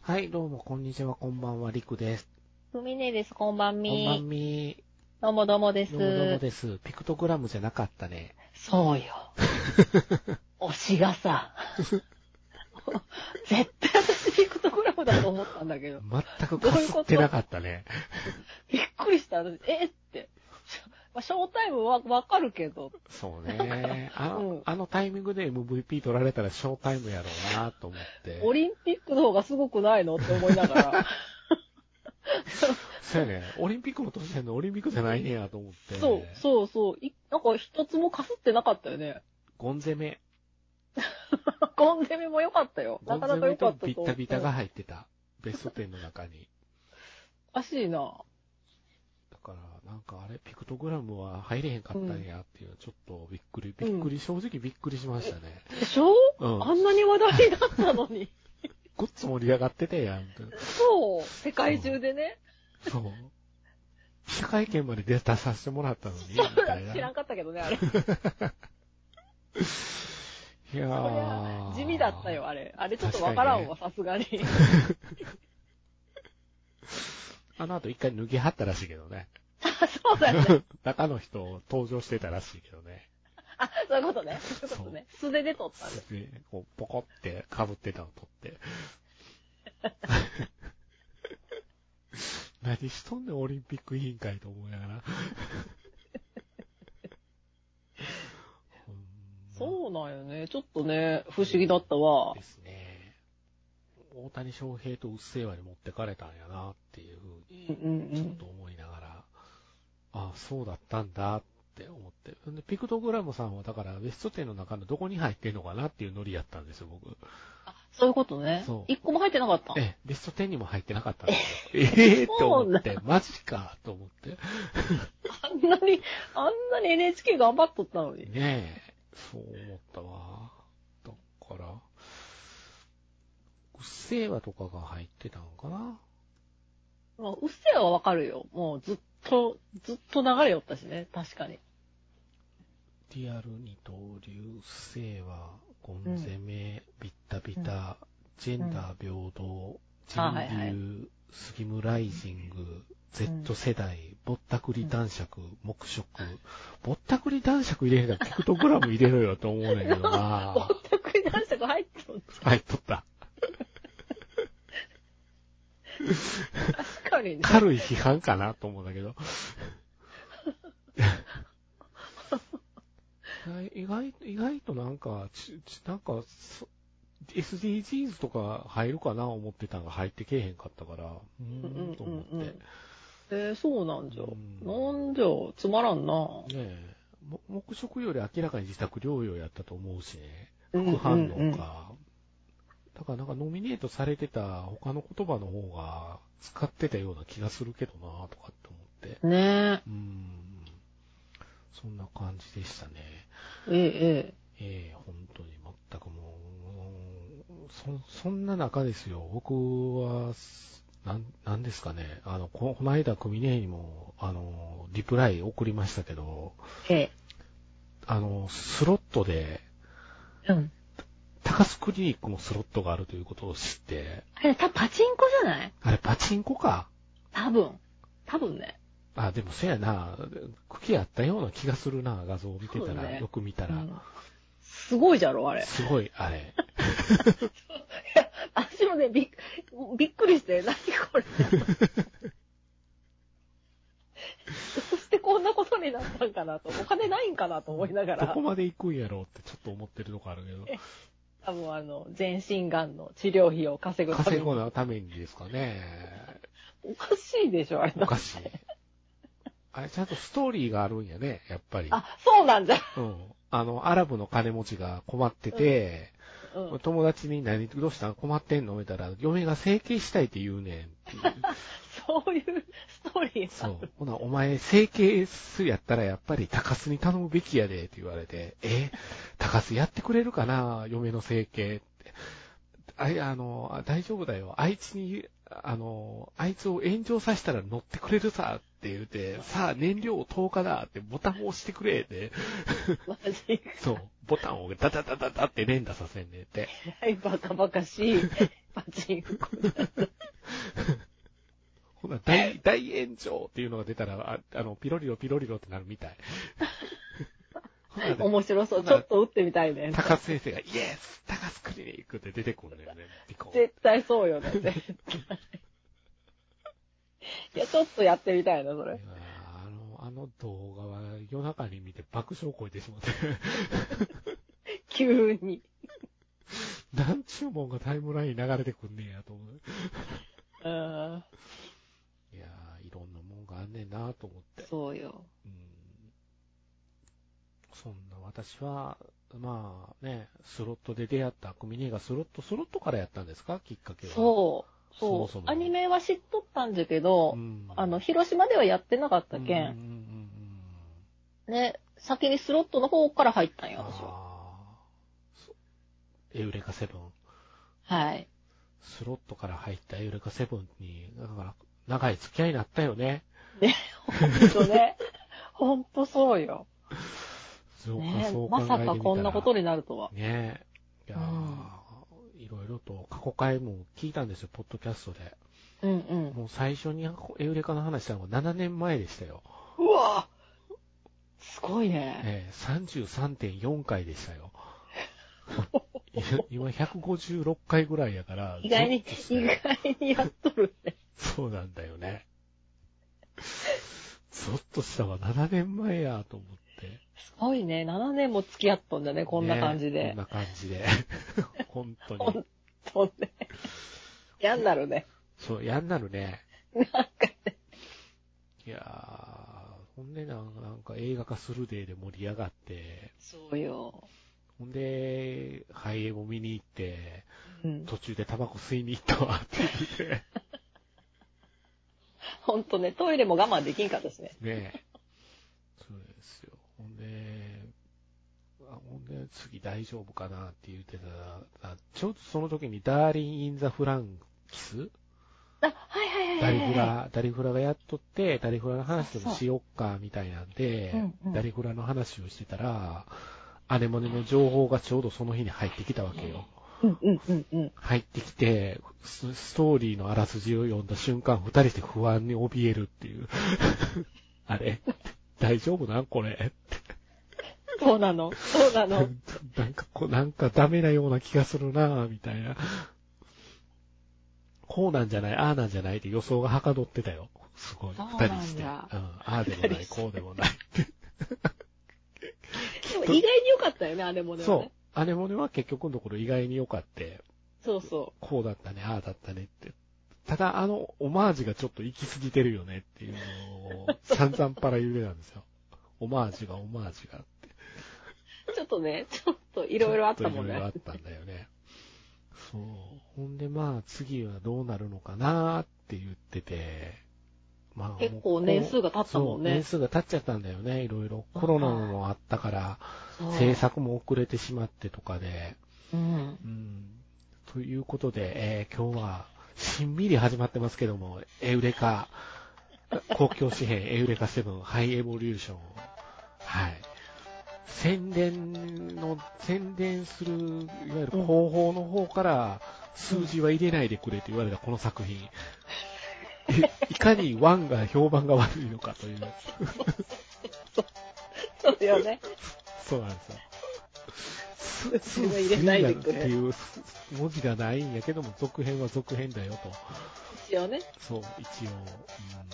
はい、どうも、こんにちは、こんばんは、りくです。ふみねです、こんばんこんばんみ。みどうもどうもでー。す。どうもどうもです。ピクトグラムじゃなかったね。そう よ。推しがさ、 絶対私ピクトグラムだと思ったんだけど、全くかすってなかったね。びっくりした。私えって。しょまあ、ショータイムはわかるけど、そうね。あの、うんあのタイミングで MVP 取られたらショータイムやろうなと思って。オリンピックの方がすごくないのって思いなが ら、そうやね。オリンピックも取ってんのオリンピックじゃないねやと思って。そう、そうそう、いなんか一つもかすってなかったよね。ゴン攻め。ゴン攻めも良かったよ。ゴなンかな攻かめ良かとったとビ思うッタビタが。入ってた。ベスト10の中に。おかしいな。だから、なんかあれ、ピクトグラムは入れへんかったんやっていうのはちょっとびっくり、びっくり、正直びっくりしましたね。でしょうん。あんなに話題だったのに。ごっつ盛り上がっててやん。そう、世界中でね。そう。記者会見まで出出させてもらったのに、みたい な。知らんかったけどね、あれ。いやそりゃー地味だったよ、。あれ。あれちょっとわからんわ、さすがに。あの後一回脱ぎはったらしいけどね。あそうだよね。中の人登場してたらしいけどね。あ、そういうことね。そういうことね。素手で撮ったんです。でこうポコって被ってたの取 って。何しとんねん、オリンピック委員会と思 いながら。ほんまそうなんよね。ちょっとね、不思議だったわで。すね。大谷翔平とうっせぇわに持ってかれたんやなっていうふううに、んうんうちょっんと。思いながら、あそうだったんだって思って。で、ピクトグラムさんはだから、ベスト10の中のどこに入ってんのかなっていうノリやったんですよ、僕。そういうことねそ。う一個も入ってなかった。ええ、ベスト10にも入ってなかったんです よ。ええってそう思なっんて、マジかと思って。あんなに、あんなに NHK 頑張っとったのに。ねえ、そう思ったわ。だから、うっせぇわとかが入ってたのかなまあ、うっせぇはわかるよ。もうずっと、ずっと流れよったしね。確かに。リアル二刀流、性は、ゴン攻め、ビッタビタ、ジェンダー平等、あ人はいはい流、スギムライジング、Z 世代、ぼったくり男爵、黙食。ぼったくり男爵入れへんから、ピクトグラム入れろよと思うねんけど ぼっなたくり男爵入ってたの入っとった。確かにね。軽い批判かなと思うんだ けど。意外、意外となんか、ちちなんか、そ SDGs とか入るかな思ってたんが入ってけえへんかったから、うーんと思って。うんうんうんねえー、そうなんじゃ。うんなんじゃ、つまらんな。え、も黙食より明らかに自宅療養やったと思うしね。うん副反応か。うんうんだからなんかノミネートされてた他の言葉の方が使ってたような気がするけどなとかって思って。ねうーんそんな感じでしたね。え、ええ、ええ本当に全くもう、うんそ、そんな中ですよ。僕は、なん、なんですかね。あの、こ、この間、組ねにも、あの、リプライ送りましたけど、ええ。あの、スロットで、うん。高須クリニックもスロットがあるということを知って、あれ、た、パチンコじゃないあれ、パチンコか。多分。多分ね。あ、でもせやな、茎あったような気がするな、画像を見てたそうら、ねよく見たうら。ん。すごいじゃろ、あれ。すごい、あれ。私もね、びっ、びっくりして、何これ。どうしてこんなことになったんかなと。お金ないんかなと思いながどらこ、まで行くんやろうってちょっと思ってるとこあるけ多分あの、全身がんの治療費を稼ど、ぐため稼に。ぐのためにですかね。おかしいでしょ、あれ。おかしい。あれ、ちゃんとストーリーがあるんやね、やっぱり。あ、そうなんじゃ。うん。あの、アラブの金持ちが困ってて、うん。友達に何、どうしたん困ってんの見たら、嫁が整形したいって言うねんっていう。そういうストーリーそがう。ほな、お前、整形するやったらやっぱり高須に頼むべきやで、って言われて、え高須やってくれるかな嫁の整形って。あいや、あの、あ大丈夫だよ。あいつに、あの、あいつを炎上させたら乗ってくれるさって言うて、さあ燃料を投下だってボタンを押してくれって、マジそう、ボタンをダダダダダって連打させんねんって。はい、バカバカしい。パチンコ。ほな、大、大炎上っていうのが出たら、ああの、ピロリロピロリロってなるみ たい。ほなね面白そう。ちょっと打ってみたいね。高須先生が、イエス高須クリニックって出てくるんだよね、ピコン。絶対そうよね。絶対いや、ちょっとやってみたいな、そいやれ。ーあの、あの動画は夜中に見て爆笑を超えてしまって、 急に。何注文がタイムラインに流れてくんねやと思う。うん。いやーいろんなもんがあんねんなと思って。そうよ。うんそんな私は、まあね、スロットで出会ったアクミネがスロット、スロットからやったんですかきっかけは。そう。そそもうそもアニメは知っとったんじゃけど、んあの、広島ではやってなかったけうんうんん、うんね、先にスロットの方から入ったんうんよ、私は。あーそエウレカセブン。はい。スロットから入ったエウレカセブンに、だから、長い付き合いになったよね。ほんとね。ほんとそうよ。そうか、ねそう考まえてみたさらかこんなことになるとは。ねえ。いやーいろいろと過去回も聞いたんですよ、ポッドキャストで。うんうん。もう最初にエウレカの話したのが7年前でしたよ。うわすごいね。えー、33.4回でし たよ。いや今156回ぐらいやから。意外に、ゾッとした意外によやっとるね。そうなんだよね。ゾッとしたわ、7年前やと思って。すごいね。7年も付き合っとんだね、こんな感じねこでん。な感 じで。本当ほにん。とね。嫌になるね。そう、やんなるね。なんかね。いやー、ほんでなんなんか映画化するでで盛り上がって、そうよ。ほんで、ハイエも見に行って、うん。途中でタバコ吸いに行ったわ って言って、ほんとね、トイレも我慢できんかったしね。ねえ。そうですよ。ほんで、あほんで、次大丈夫かなって言ってたら、あちょうどその時にダーリン・イン・ザ・フランキスあ、はいはいダはいリはいフはラ、ダリフラがやっとって、ダリフラの話でもしよっか、みたいなんでそううんうん、ダリフラの話をしてたら、アネモネの情報がちょうどその日に入ってきたわけよ。い。うんうんうんうん。入ってきて、スストーリーのあらすじを読んだ瞬間、二人で不安に怯えるっていう。 あれ 大丈夫なんこれ。そうなの。そうなの。なんかこう、なんかダメなような気がするなぁみたいな。こうなんじゃない、ああなんじゃないって予想がはかどってたよ。すごい。そうなんだ二人して。うん、ああでもない、こうでもない。でも意外に良かったよね、あれもね。そう。あれもねは結局のところ意外に良かって、そうそこうだったね、ああだったねって。ただ、あの、オマージュがちょっと行き過ぎてるよねっていうのを、散々パラ言うてたんですよ。オマージュが、オマージュが。う。ちょっとね、ちょっといいろいろあったもんいろいろあねっ。たんだよね。そう。ほんでまあ次はどうなるのかなって言ってて、まあ結構年数が経ったもんそう年ね。数が経っちゃったんだよね、いろいろ。コロナもあったから、そう制作も遅れてしまってとかで。うん。うん。ということで、えー今日は、しんみり始まってますけども、エウレカ、 公共紙幣、エウレカ7、ハイエボリューション。はい。宣伝の、宣伝する、いわゆる広報の方から、数字は入れないでくれと言われたこの作品。えいかにワンが評判が悪いのかという、そうよね。そうなんですよ。数字は入れないでくれっていう文字がないんやけども、続編は続編だよと。一応ね。そう、一応。うん、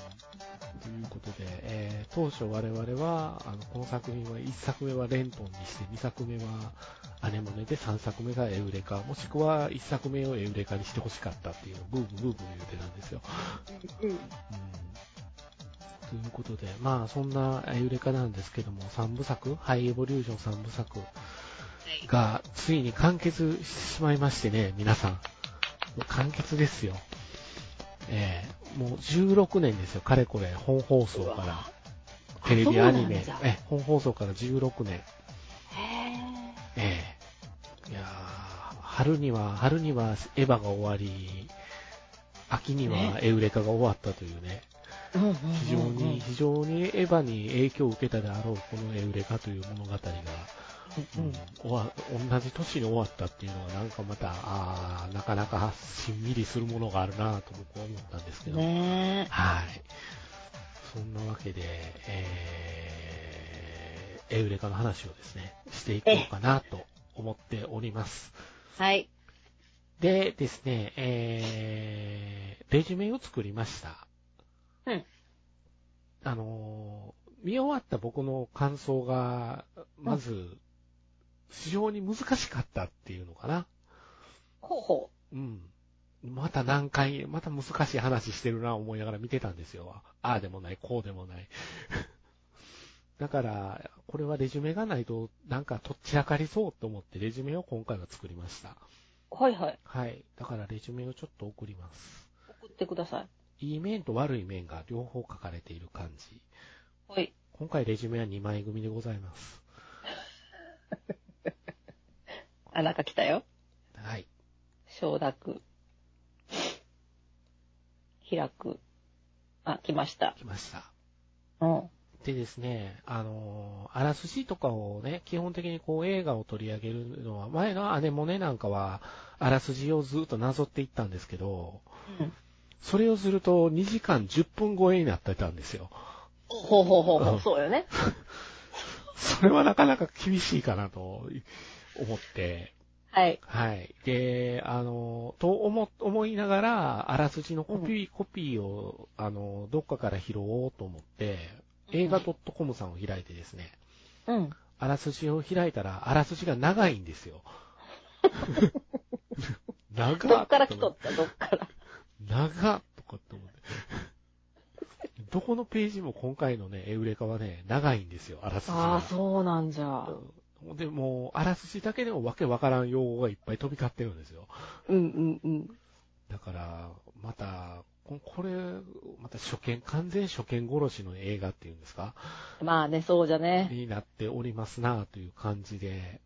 ということで、えー当初我々は、あの、この作品は1作目はレントンにして、2作目はアネモネで、3作目がエウレカ、もしくは1作目をエウレカにしてほしかったっていうのをブーブーブーブー言ってたんですよ。うん。うんということで、まあそんなエウレカなんですけども、3部作、ハイエボリューション3部作がついに完結してしまいましてね、皆さん。完結ですよ。ええもう16年ですよ、かれこれ、本放送うかわら、テレビアニメ、えそうなんだえ本放送から16年。へええいやー春には、春にはエヴァが終わり、秋にはねエウレカが終わったというね、うんうんうん非常に、非常にエヴァに影響を受けたであろう、このエウレカという物語が、ううんうんん、終わ同じ年に終わったっていうのは、なんかまた、あーなかなかしんみりするものがあるなと僕は思ったんですけど、ねはい。そんなわけで、えー、エウレカの話をですね、していこうかなと思っております。え。はい。でですね、えー、レジュメを作りました。うん。あのー見終わった僕の感想が、まず、非常に難しかったっていうのかな。ほうほうん。また難解、また難しい話してるな思いながら見てたんですよ。ああでもない、こうでもない。 だから、これはレジュメがないと、なんかとっちらかりそうと思って、レジュメを今回は作りました。う。はいはい。はい。だからレジュメをちょっと送ります。送ってください。いい面と悪い面が両方書かれている感じ。はい。今回レジュメは2枚組でございます。あ、なんか来たよ。はい。承諾。開く。あ、来ました。来ました。うん。でですね、あのーあらすじとかをね、基本的にこう映画を取り上げるのは、前の姉もねなんかは、あらすじをずっとなぞっていったんですけど、うんそれをすると2時間10分超えになってたんですよ。ほうほうほうほうんう、そうよね。それはなかなか厳しいかなと思って、はい。はい。で、あの、と思、思いながら、あらすじのコピー、コピーを、あの、どっかから拾おうと思って、映画 .com さんを開いてですね、うん。あらすじを開いたら、あらすじが長いんです よ。長っどっから来とったどっから。長っとかって思って。どこのページも今回のね、エウレカはね、長いんですよ、あらすじが。ああ、そうなんじゃ。うんで、もう、あらすじだけでもわけわからん用語がいっぱい飛び交ってるんですよ。うんうんうん。だから、また、ここれ、また初見、完全初見殺しの映画っていうんですかまあね、そうじゃね。になっておりますなという感じで、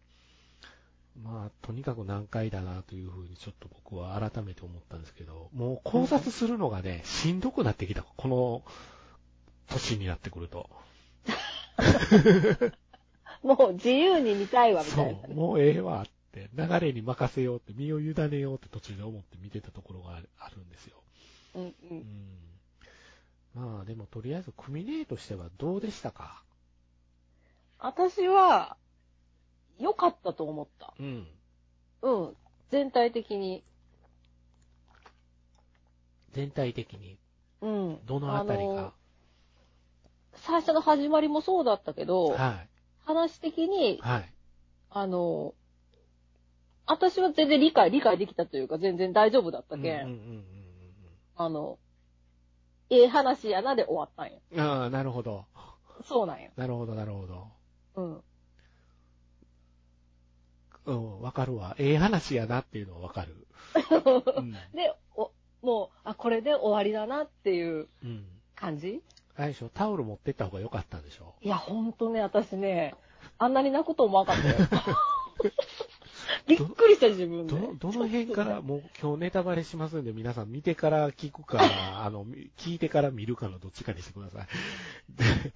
まあ、とにかく難解だなというふうにちょっと僕は改めて思ったんですけど、もう考察するのがね、しんどくなってきた、この年になってくると。もう自由に見たいわ、みたそいなう、。もうええわって、流れに任せようって、身を委ねようって途中で思って見てたところがあるあるんですよ。うんう。うんんまあでもとりあえず組ーとしてはどうでしたか私は、良かったと思った。うん。うん。全体的に。全体的に、うん。どのあたりのが。最初の始まりもそうだったけど、は話的い。に、はい。あの、私は全然理解、理解できたというか、全然大丈夫だったけん、うんうんうんあの、ええ話やなで終わったんや。うんうん。ああ、なるほど。そうなんや。なるほど、なるほど。うん。うん、わかるわ。ええ話やなっていうのはわか る。うん。で、お、もう、あ、これで終わりだなっていううん。感じあれでしょ、タオル持ってった方が良かったんでしょいや、ほんとね、私ね、あんなに泣くと思わなかった よ。 びっくりした自分で。ど、どの辺から、もう今日ネタバレしますんで、皆さん見てから聞く か、あの、み聞いてから見るかのどっちかにしてください。で、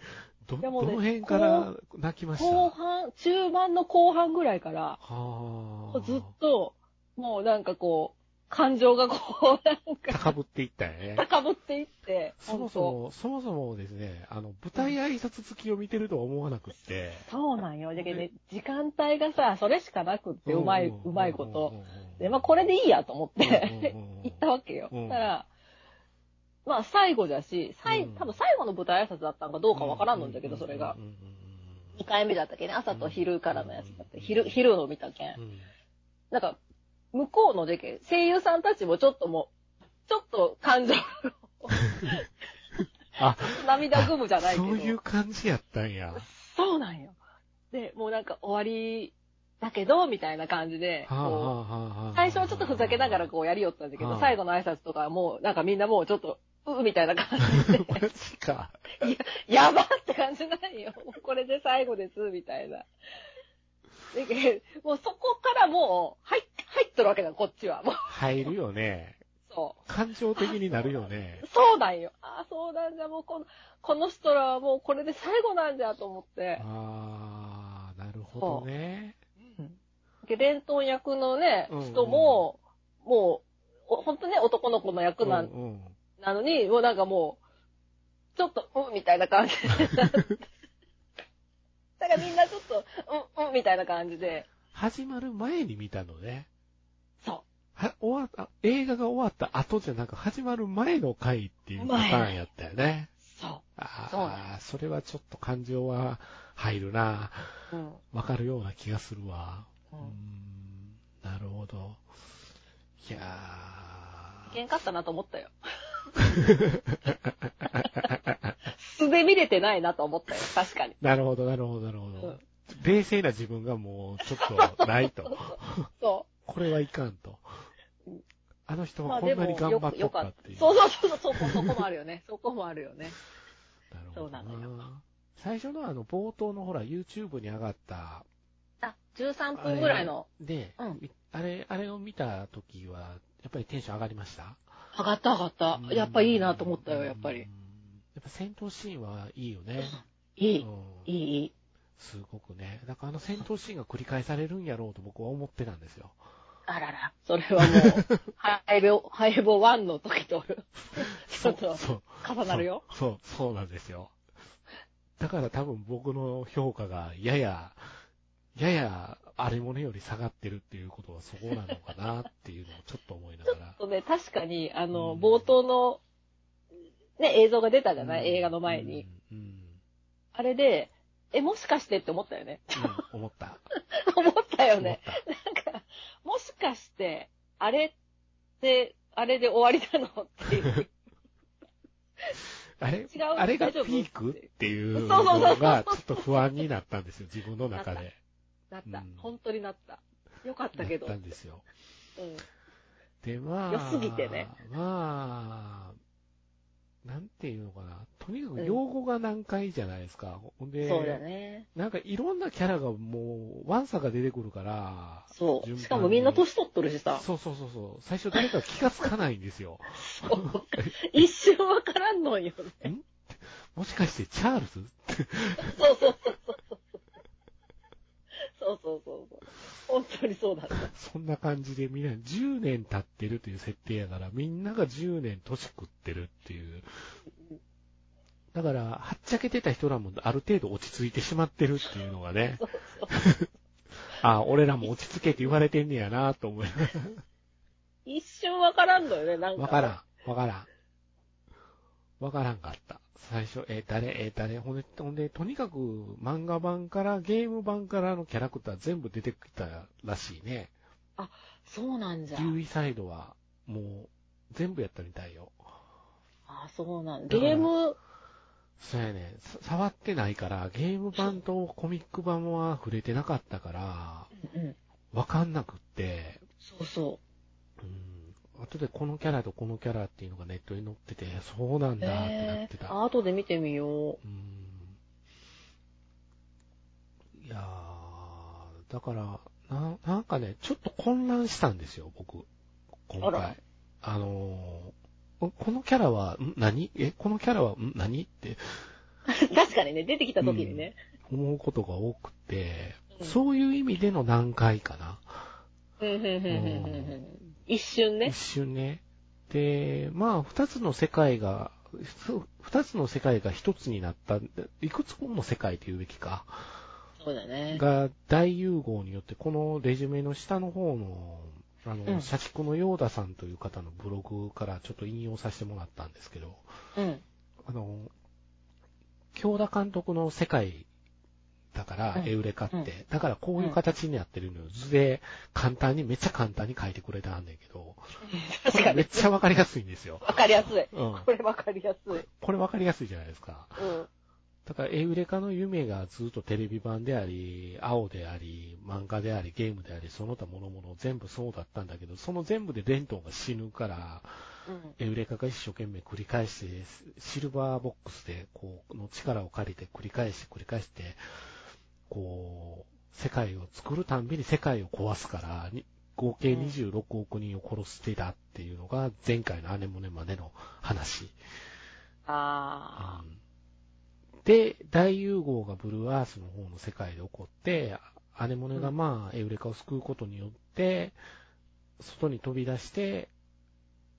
ど、でもどねの辺から泣きました後半、中盤の後半ぐらいから、はあ。ずっと、もうなんかこう、感情がこう、なんか、高ぶっていったよ ね。高ぶっていって、そもそも、そもそもですね、あの、舞台挨拶付きを見てるとは思わなくって。ほんとそうなんよ。だけどね、時間帯がさ、それしかなくって、うまい、うまいこと。とで、まあ、これでいいやと思っうんて、うんうん 行ったわけよ。うだんから、まあ、最後だし、最、うん多分最後の舞台挨拶だったのかどうかわからんのんだけど、それがう。んうん2回目だったっけね、朝と昼からのやつだって、昼、うん昼の見たけんう。んなんか、向こうのでけ、声優さんたちもちょっともう、ちょっと感情、あ、涙ぐむじゃないけそど。ういう感じやったんや。そうなんよ。で、もうなんか終わりだけど、みたいな感じで、はあはあこうはあはあ最初はちょっとふざけながらこうやりよったんだけはあ、ど、最後の挨拶とかはもうなんかみんなもうちょっと、ううみたいな感じで マジか。やばって感じなんよ。もうこれで最後です、みたいな。でもうそこからもう、入っ、入っとるわけだ、こっちは。もう、入るよね。そよ。感情的になるよね。そうなんよ。ああ、そうなんじゃ、もうこの、この人らはもうこれで最後なんじゃと思って。あー、なるほどね。で、レントン役のねうんうん、人も、もう、お本当ね、男の子の役な,、、うんんうんなのに、もうなんかもう、ちょっと、うん、みたいな感じで。だからみんなちょっと、うん、うん、みたいな感じで。始まる前に見たのね。そは、終わった、映画が終わった後じゃなく始まる前の回っていうパターンやったよね。う、そそうあなあ、それはちょっと感情は入るな。う。うん。わかるような気がするわ。ううーん。ん、なるほど。いやいけー。んかったなと思 ったよ。素で見れてないなと思ったよ。確かに。なるほど、なるほど、なるほうどん。冷静な自分がもうちょっとないと。 そう。これはいかんとうん。あの人まはあこでんなもに頑張っとったっていう。そうそうそう、そうそこもあるよね。そ こもあるよね。なるほそうどなのな。最初のあの冒頭のほら YouTube に上がった、あ、13分ぐらいの。で、うんみあれ、あれを見た時は、やっぱりテンション上がりました上がった上がった。やっぱいいなと思ったよ、やっぱ。うりん。やっぱ戦闘シーンはいいよね。いうんい、いい、いい。すごくね。なんかあの戦闘シーンが繰り返されるんやろうと僕は思ってたんです よ。あらら。それはも う、ハイボ、ハイボ1の時とちょっとそう重なるよ。そう、そうそうなんですよ。だから多分僕の評価がやや、ややあれものより下がってるっていうことはそこなのかなっていうのをちょっと思いながら。そうね、確かに、あうの、ん冒頭の、ね、映像が出たじゃない、うん映画の前に。。うん。うんあれで、え、もしかしてって思ったよね。 うん思った。思ったよ思っね。た。なんか、もしかして、あれって、あれで終わりなのっていう。あれ違う あれが大ピ丈夫ークっていうそうそうそのうがちょっと不安になったんですよ、自分の中なっで。なった、うん本当になった。よかったけど。なうったんですよ。ん。で、まあ。良すぎてね。まあ、なんていうのかな。とにかうくん用語が難解じゃないですか。ほんで、そうだね。なんかいろんなキャラがもう、ワンサが出てくるから、そう。順番にしかもみんな年取っとるしさ、そうそうそうそう。最初誰か気がつかないんですよ。一瞬わからんのよね。もしかしてチャールズそうそうそうそう そう。そうそうそうそう。本当にそうだった。そんな感じでみんな10年経ってるという設定やから、みんなが10年年食ってるっていう。だから、はっちゃけてた人らもある程度落ち着いてしまってるっていうのがね。 あ、俺らも落ち着けって言われてんねやなと思いなが一瞬わからんのよね、なんらか。わからん、わからん。わからんかった。最初、えー誰、えー誰、ほんで、ほんで、とにかく漫画版からゲーム版からのキャラクター全部出てきたらしいね。そうなんじゃ。獣医サイドは、もう、全部やったみたいよ。あ、そうなんだゲからーム、そうやね。さ触ってないから、ゲーム版とコミック版は触れてなかったから、うん。わかんなくって、そうそうん。後でこのキャラとこのキャラっていうのがネットに載ってて、そうなんう。だってなっえてた。ー、後で見てみようん。いやー、だから、な、なんかね、ちょっと混乱したんですよ、僕。今あら回。あのー、んこのキャラは、ん何え、このキャラは、ん何って う。確かにね、出てきた時にね。思うことが多くて、うんそういう意味での難解かな。うん、うん、うん、うんうんうん。一瞬ね一。瞬ね。で、まあ、二つの世界が、ふ二つの世界が一つになった、いくつもの世界というべきか、そうだね。が大融合によって、このレジュメの下の方の、あうの、ん社畜のヨーダさんという方のブログからちょっと引用させてもらったんですけど、うん。あの、京田監督の世界だからう、んエウレカって、うんだからこういう形になってるのよ。図で簡単に、めっちゃ簡単に書いてくれたんだけど、こ確かれにめっ。ちゃわかりやすいんですよ。わかりやすい。うん。これわかりやすい。うん。これわかりやすいじゃないですか。だから、エウレカの夢がずっとテレビ版であり、青であり、漫画であり、ゲームであり、その他諸々全部そうだったんだけど、その全部でレントンが死ぬから、うん。エウレカが一生懸命繰り返して、シルバーボックスで、こう、の力を借りて繰り返して繰り返して、こう、世界を作るたんびに世界を壊すから、に合計うん26億人を殺してたっていうのが前回のアネモネまでの話。あうんで、大融合がブルーアースの方の世界で起こって、アネモネがまあ、エウレカを救うことによって、外に飛び出して、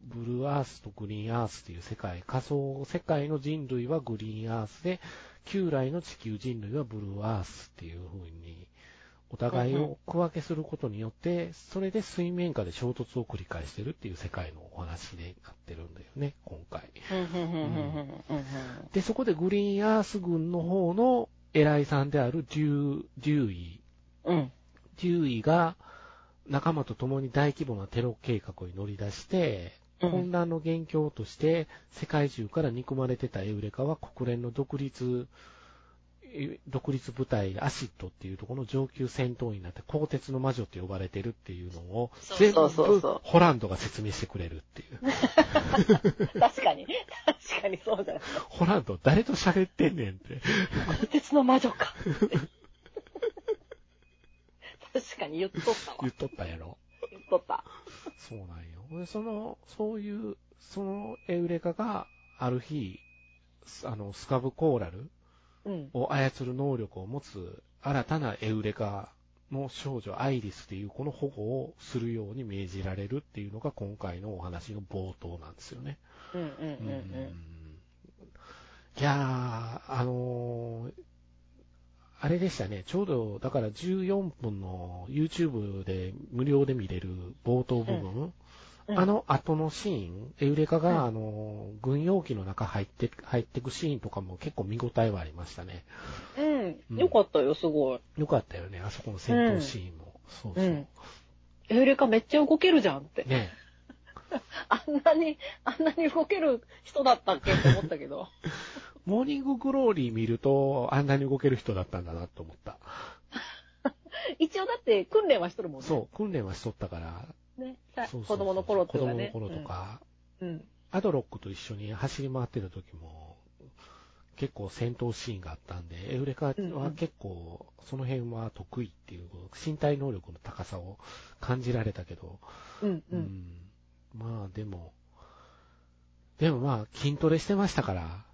ブルーアースとグリーンアースという世界、仮想世界の人類はグリーンアースで、旧来の地球人類はブルーアースっていう風に、お互いを区分けすることによって、それで水面下で衝突を繰り返してるっていう世界のお話になってるんだよね、今回。あ。ふんふんふんふんふんふんで、そこでグリーンアース軍の方の偉いさんであるデュー、デューイ、ふん。うん。デューイが仲間と共に大規模なテロ計画に乗り出して、うん混乱の元凶として世界中から憎まれてたエウレカは国連の独立、え独立部隊アシッドっていうところの上級戦闘員になって鋼鉄の魔女って呼ばれてるっていうのをそう全そうそうそう部ホランドが説明してくれるっていう。確かに。確かにそうじゃない。ホランド誰と喋ってんねんって。鋼鉄の魔女か。確かに言っとったわ。言っとったやろ。言っとった。そうなんよ。でその、そういう、そのエウレカがある日、すあの、スカブコーラルうん。を操る能力を持つ新たなエウレカの少女アイリスっていうこの保護をするように命じられるっていうのが今回のお話の冒頭なんですよね。うんうんうんうん。いやー、あのーあれでしたね、ちょうどだから14分の YouTube で無料で見れる冒頭部分、うんあの後のシーン、エウレカうんが、あのー軍用機の中入って入ってくシーンとかも結構見応えはありましたね。うん。よかったよ、すごい。よかったよね、あそこの戦闘シーンも。そうそう。うんエウレカめっちゃ動けるじゃんって。ねあんなに、あんなに動ける人だったっけって思ったけど。モーニンググローリー見ると、あんなに動ける人だったんだなと思った。 一応だって訓練はしとるもんね。そう、訓練はしとったから、う。ね。さそうそうそ子う供の頃っていうかね。子供の頃とか、うん。うん。アドロックと一緒に走り回ってる時も、結構戦闘シーンがあったんで、エウレカはうんうん結構、その辺は得意っていう、身体能力の高さを感じられたけど、うんう。うんんまあでも、でもまあ筋トレしてましたから、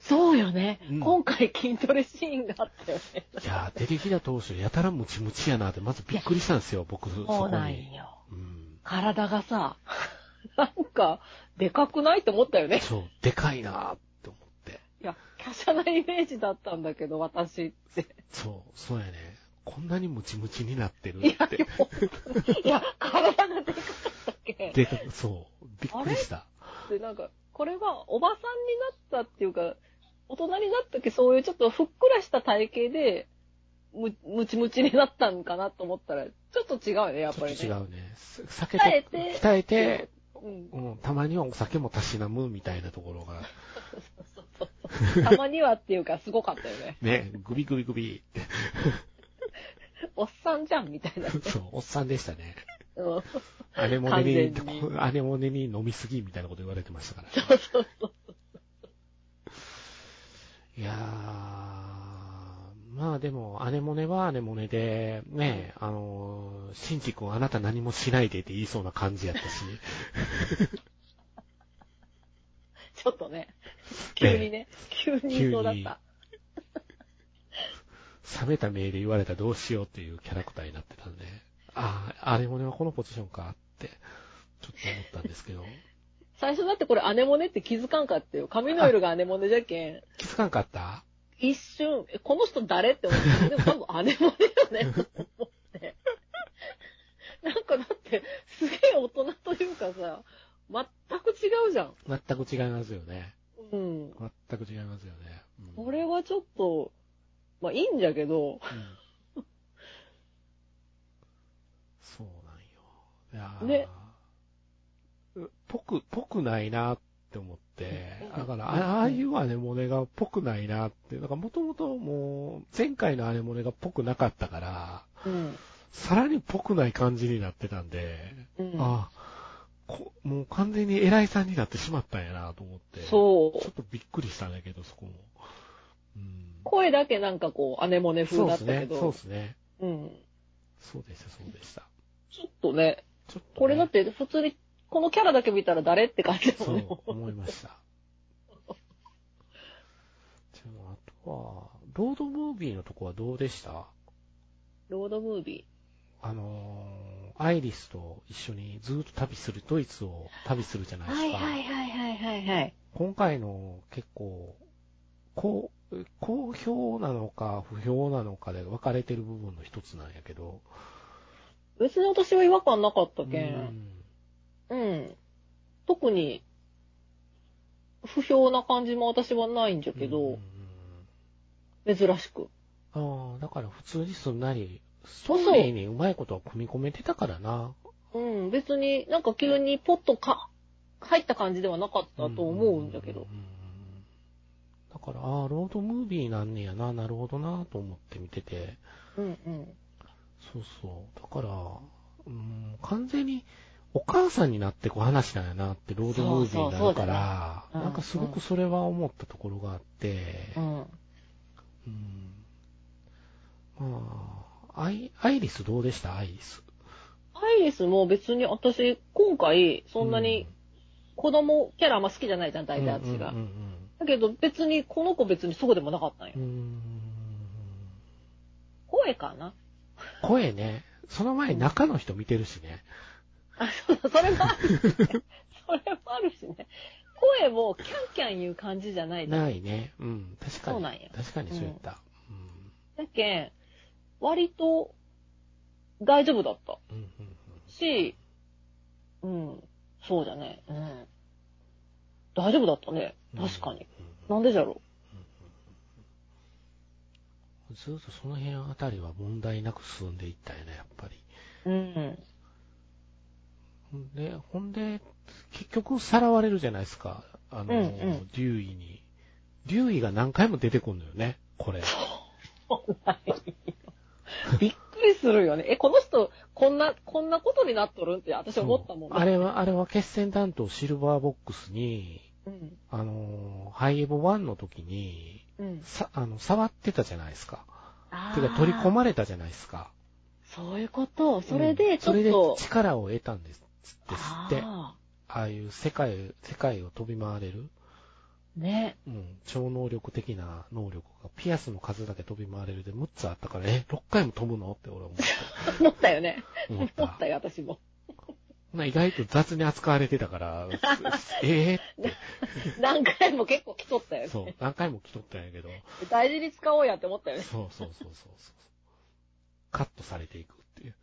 そうよね。うん今回筋トレシーンがあったよね。いやー、出てきた当初、やたらムチムチやなって、まずびっくりしたんですよ、僕、そそうこなんに。よ。うん、体がさ、 なんか、でかくないと思ったよね。そう、でかいなーって思って。いや、華奢なイメージだったんだけど、私って。そう、そうやね。こんなにムチムチになってるいやっ、でて。もいや、体がでかかったっけでか、そう、びっくりした。で、なんか、これはおばさんになったっていうか、大人になったっけ、そういうちょっとふっくらした体型で、む、ムチムチになったんかなと思ったら、ちょっと違うよね、やっちょぱっりね。と違うね。す酒と鍛えて、鍛えて、うん。うん、たまにはお酒もたしなむみたいなところが、そうそうそう。たまにはっていうか、すごかったよね。ね、グビグビグビって、 おっさんじゃん、みたいな。そう、おっさんでしたね。うん。アネモネに完全に、アネモネに飲みすぎみたいなこと言われてましたから。そうそうそう。いやー、まあでも、アネモネはアネモネで、ね、あのー、シンジ君あなた何もしないでって言いそうな感じやったし、ちょっとね、急にね、急に言いそうだった。冷めた目で言われたらどうしようっていうキャラクターになってたんで、ああ、アネモネはこのポジションかって、ちょっと思ったんですけど、最初だってこれアネモネって気づかんかったよ。髪の色がアネモネじゃけん。気づかんかった一瞬、えこの人誰って思って、でも多分姉もだよね、と思って。なんかだって、すげえ大人というかさ、全く違うじゃん。全く違いますよね。うん。全く違いますよね。うんこれはちょっと、まあいいんじゃけど、うんそうなんよ。いやーねうぽく、ぽくないなって思ってう、んだから、うんあああいうアネモネがぽくないなって、だからもともともう、前回のアネモネがぽくなかったから、うん。さらにぽくない感じになってたんで、うん、ああこもう完全に偉いさんになってしまったんやなと思って、そちょうっ。とびっくりしたんだけど、そこも。うん、声だけなんかこう、姉もね風そうだっですたけね、そうど、ですね。うん。そうでした、そうでした。ちょっとね、ちょっとね、これだって普通に、このキャラだけ見たら誰って感じだもそんね。う思いました。でもあとは、ロードムービーのとこはどうでしたロードムービあのーアイリスと一緒にずっと旅する、ドイツを旅するじゃなー。いですはいか。はいはいはいはいはい。今回の結構、こう、好評なのか不評なのかで分かれてる部分の一つなんやけど。別に私は違和感なかったけ。うんんうん。特に、不評な感じも私はないんじゃけうんうんどうん、珍しく。ああ、だから普通にすんなり、ソうそうニーにうまいことは組み込めてたからな。うん、別になんか急にポッとか、入った感じではなかったと思うんだけどう。んうんうんうん。だから、ああ、ロードムービーなんねやな、なるほどな、と思って見てて。うんうん。そうそう。だから、うん、完全にお母さんになってこう話なんやなって、ロードムービーになるそうから、そうそうだねうんなんかすごくそれは思ったところがあって、うん。うんまあ、アイ、アイリスどうでしたアイリス。アイリスも別に私、今回、そんなに子供キャラあんま好きじゃないじゃん、うん、大体私がうん。うんだけど別に、この子別にそうでもなかったんようんう。んうん声かな 声ね、その前に中の人見てるしね。あ、そうだ、それもあるしね。それもあるしね。声もキャンキャン言う感じじゃないじゃん。ないね。うん。確かに。そうなんや確かにそうやった。うん。だけん、割と大丈夫だったうんうんうんし、うん、そうだね。うん。大丈夫だったね。確かに。なんでじゃろうんずっとその辺あたりは問題なく進んでいったよね、やっぱり。う。 うん。ほんで、ほんで、結局さらわれるじゃないですか。あの、うんうんデューイに。デューイが何回も出てくるのよね、これ。びっくりするよね。え、この人、こんな、こんなことになっとるんって私思ったもんそうあれは、あれは決戦担当シルバーボックスに、うん。あの、ハイエボ1の時に、うん。さ、あの、触ってたじゃないですか。あーてか取り込まれたじゃないですか。そういうこと。それで、ちょっと。うんそれで力を得たんです、ですって。あああいう世界、世界を飛び回れる、ーね。うん、超能力的な能力が、ピアスの数だけ飛び回れるで6つあったから、え、6回も飛ぶのって俺は思った。思ったよね。思っ思 ったたよ、私も。な意外と雑に扱われてたから、え何回も結構来とったよー、ね。そう、何回も来とったんやけど、大事に使おうやって思ったよね。そうそうそうそうそう。カットされていくっていう。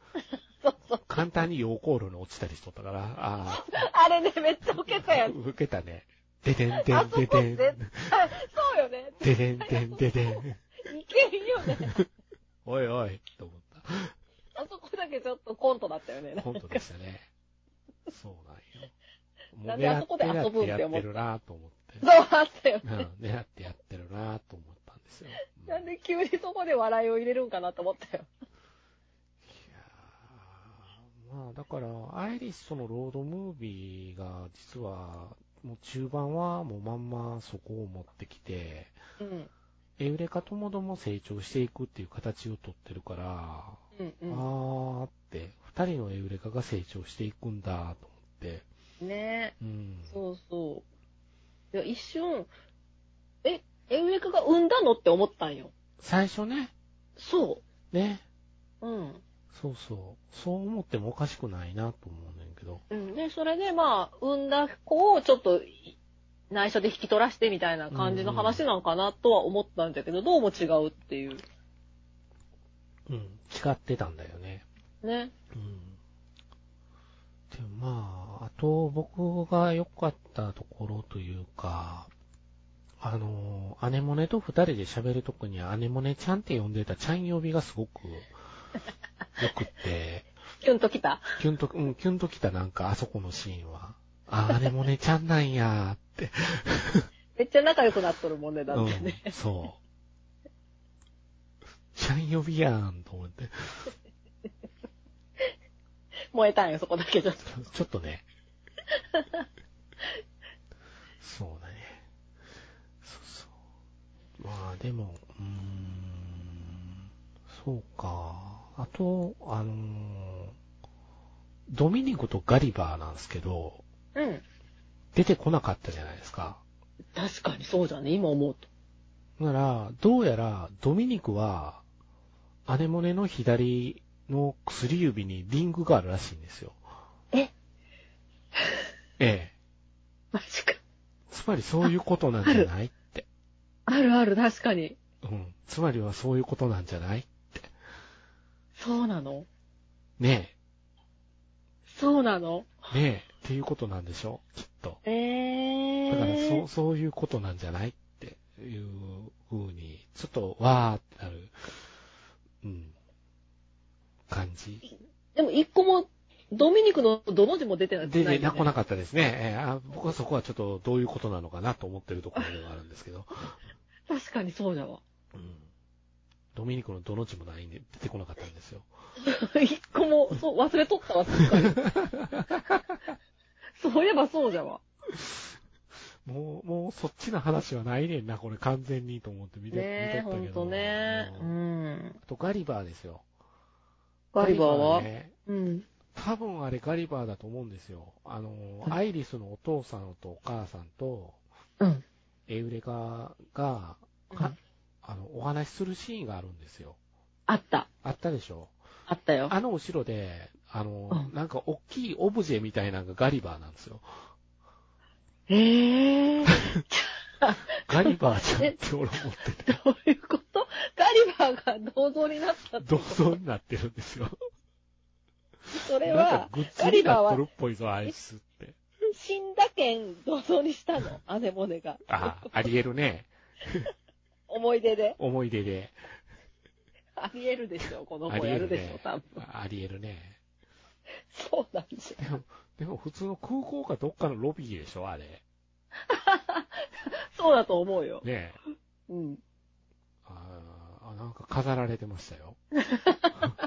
そうそう。簡単に陽光炉に落ちたりしとったから、あ あれね、めっちゃウケたあ、よね。受けたね。ででんであんそこで絶でん。対、そうよね。ででんでんででん。いけんよ ね。おいおい、と思っあそこだけちょっとコントだったよねた。。コントでしたね。そうななんんよ。でもあうそこで狙遊ってぶんやっってて思っるなと思ってそう、。あったよ。うん、狙ってやってるなと思ったんですよ。うなんで急にそこで笑いを入れるんかなと思ったよ。いやーまあだから、アイリスとのロードムービーが実は、もう中盤はもうまんまそこを持ってきて、うん。エウレカともども成長していくっていう形をとってるかうら、んあうーって、二人のエウレカが成長していくんだと思って、ん。ねうんえ。。そうそう。いや、一瞬、え、エウレカが産んだのって思ったんよ。最初ね、そね、う。うん。そうそう、そう思ってもおかしくないなと思うねんけど、うん、で、それでまあ、産んだ子をちょっとい内緒で引き取らしてみたいな感じの話なんかなとは思ったんだけど、どうも違うっていう。うん、違ってたんだよね。ね。うんでもまあ、あと僕が良かったところというか、あの、アネモネと二人で喋るとこにアネモネちゃんって呼んでたちゃん呼びがすごく良く って、キュンときた。キュンと、うん、キュンときたなんかあそこのシーンは。あ、アネ モネちゃんなんやーって。めっちゃ仲良くなっとるもんね、だってね。うん、そう。ちゃん呼びやんと思って。燃えたんよ、そこだけじゃ。ちょっとね。そうだね。そうそう。まあでも、うーん、そうか。あと、あのードミニコとガリバーなんですけど、うん。出てこなかったじゃないですか。確かにそうだね、今思うと。なら、どうやら、ドミニクは、アネモネの左の薬指にリングがあるらしいんですよ。えええ。マジか。つまりそういうことなんじゃないって。あるある、確かに。うん。つまりはそういうことなんじゃないそうなのねそうなのえ。ねえ。っていうことなんでしょきっと。えだから、えそう、そういうことなんじゃないっていう風に、ちょっと、わーってなる、うん。感じ。でも一個も、ドミニクのどの字も出てない。で、ないね、よなねこなかったですね。えーあ僕はそこはちょっとどういうことなのかなと思ってるところではあるんですけど。確かにそうだわ。うん、ドミニクのどの字もないんで出てこなかったんですよ。一個も、そう、忘れとったわ、すっかり そういえばそうじゃわ。もう、もうそっちの話はないねんな、これ完全にと思って見て、ねえ、見とほったけんど。とね。ううんん。あとガリバーですよ。ガリバーは、ねうん。多分あれガリバーだと思うんですよ。あの、うんアイリスのお父さんとお母さんとうん。エウレカが、かあの、お話しするシーンがあるんですよ。あった。あったでしょあったよ。あの後ろで、あの、うんなんか大きいオブジェみたいなのがガリバーなんですよ。 ええー。ガリバーちゃんって俺思っ てて、どういうことガリバーが銅像になったって銅こと像になってるんですよ。それなんかは、グッズになってるっぽいぞ、アイスって。死んだけん銅像にしたの、アネモネが。ああ、ありえるね。思い出で。思い出で。ありえるでしょ、このあ子りやえるるでしょね、。多分。ありえるね。そうなんですよ。でも、でも普通の空港かどっかのロビーでしょ、あれ。そうだと思うよ。ねえ。うん。あーなんか飾られてました よ。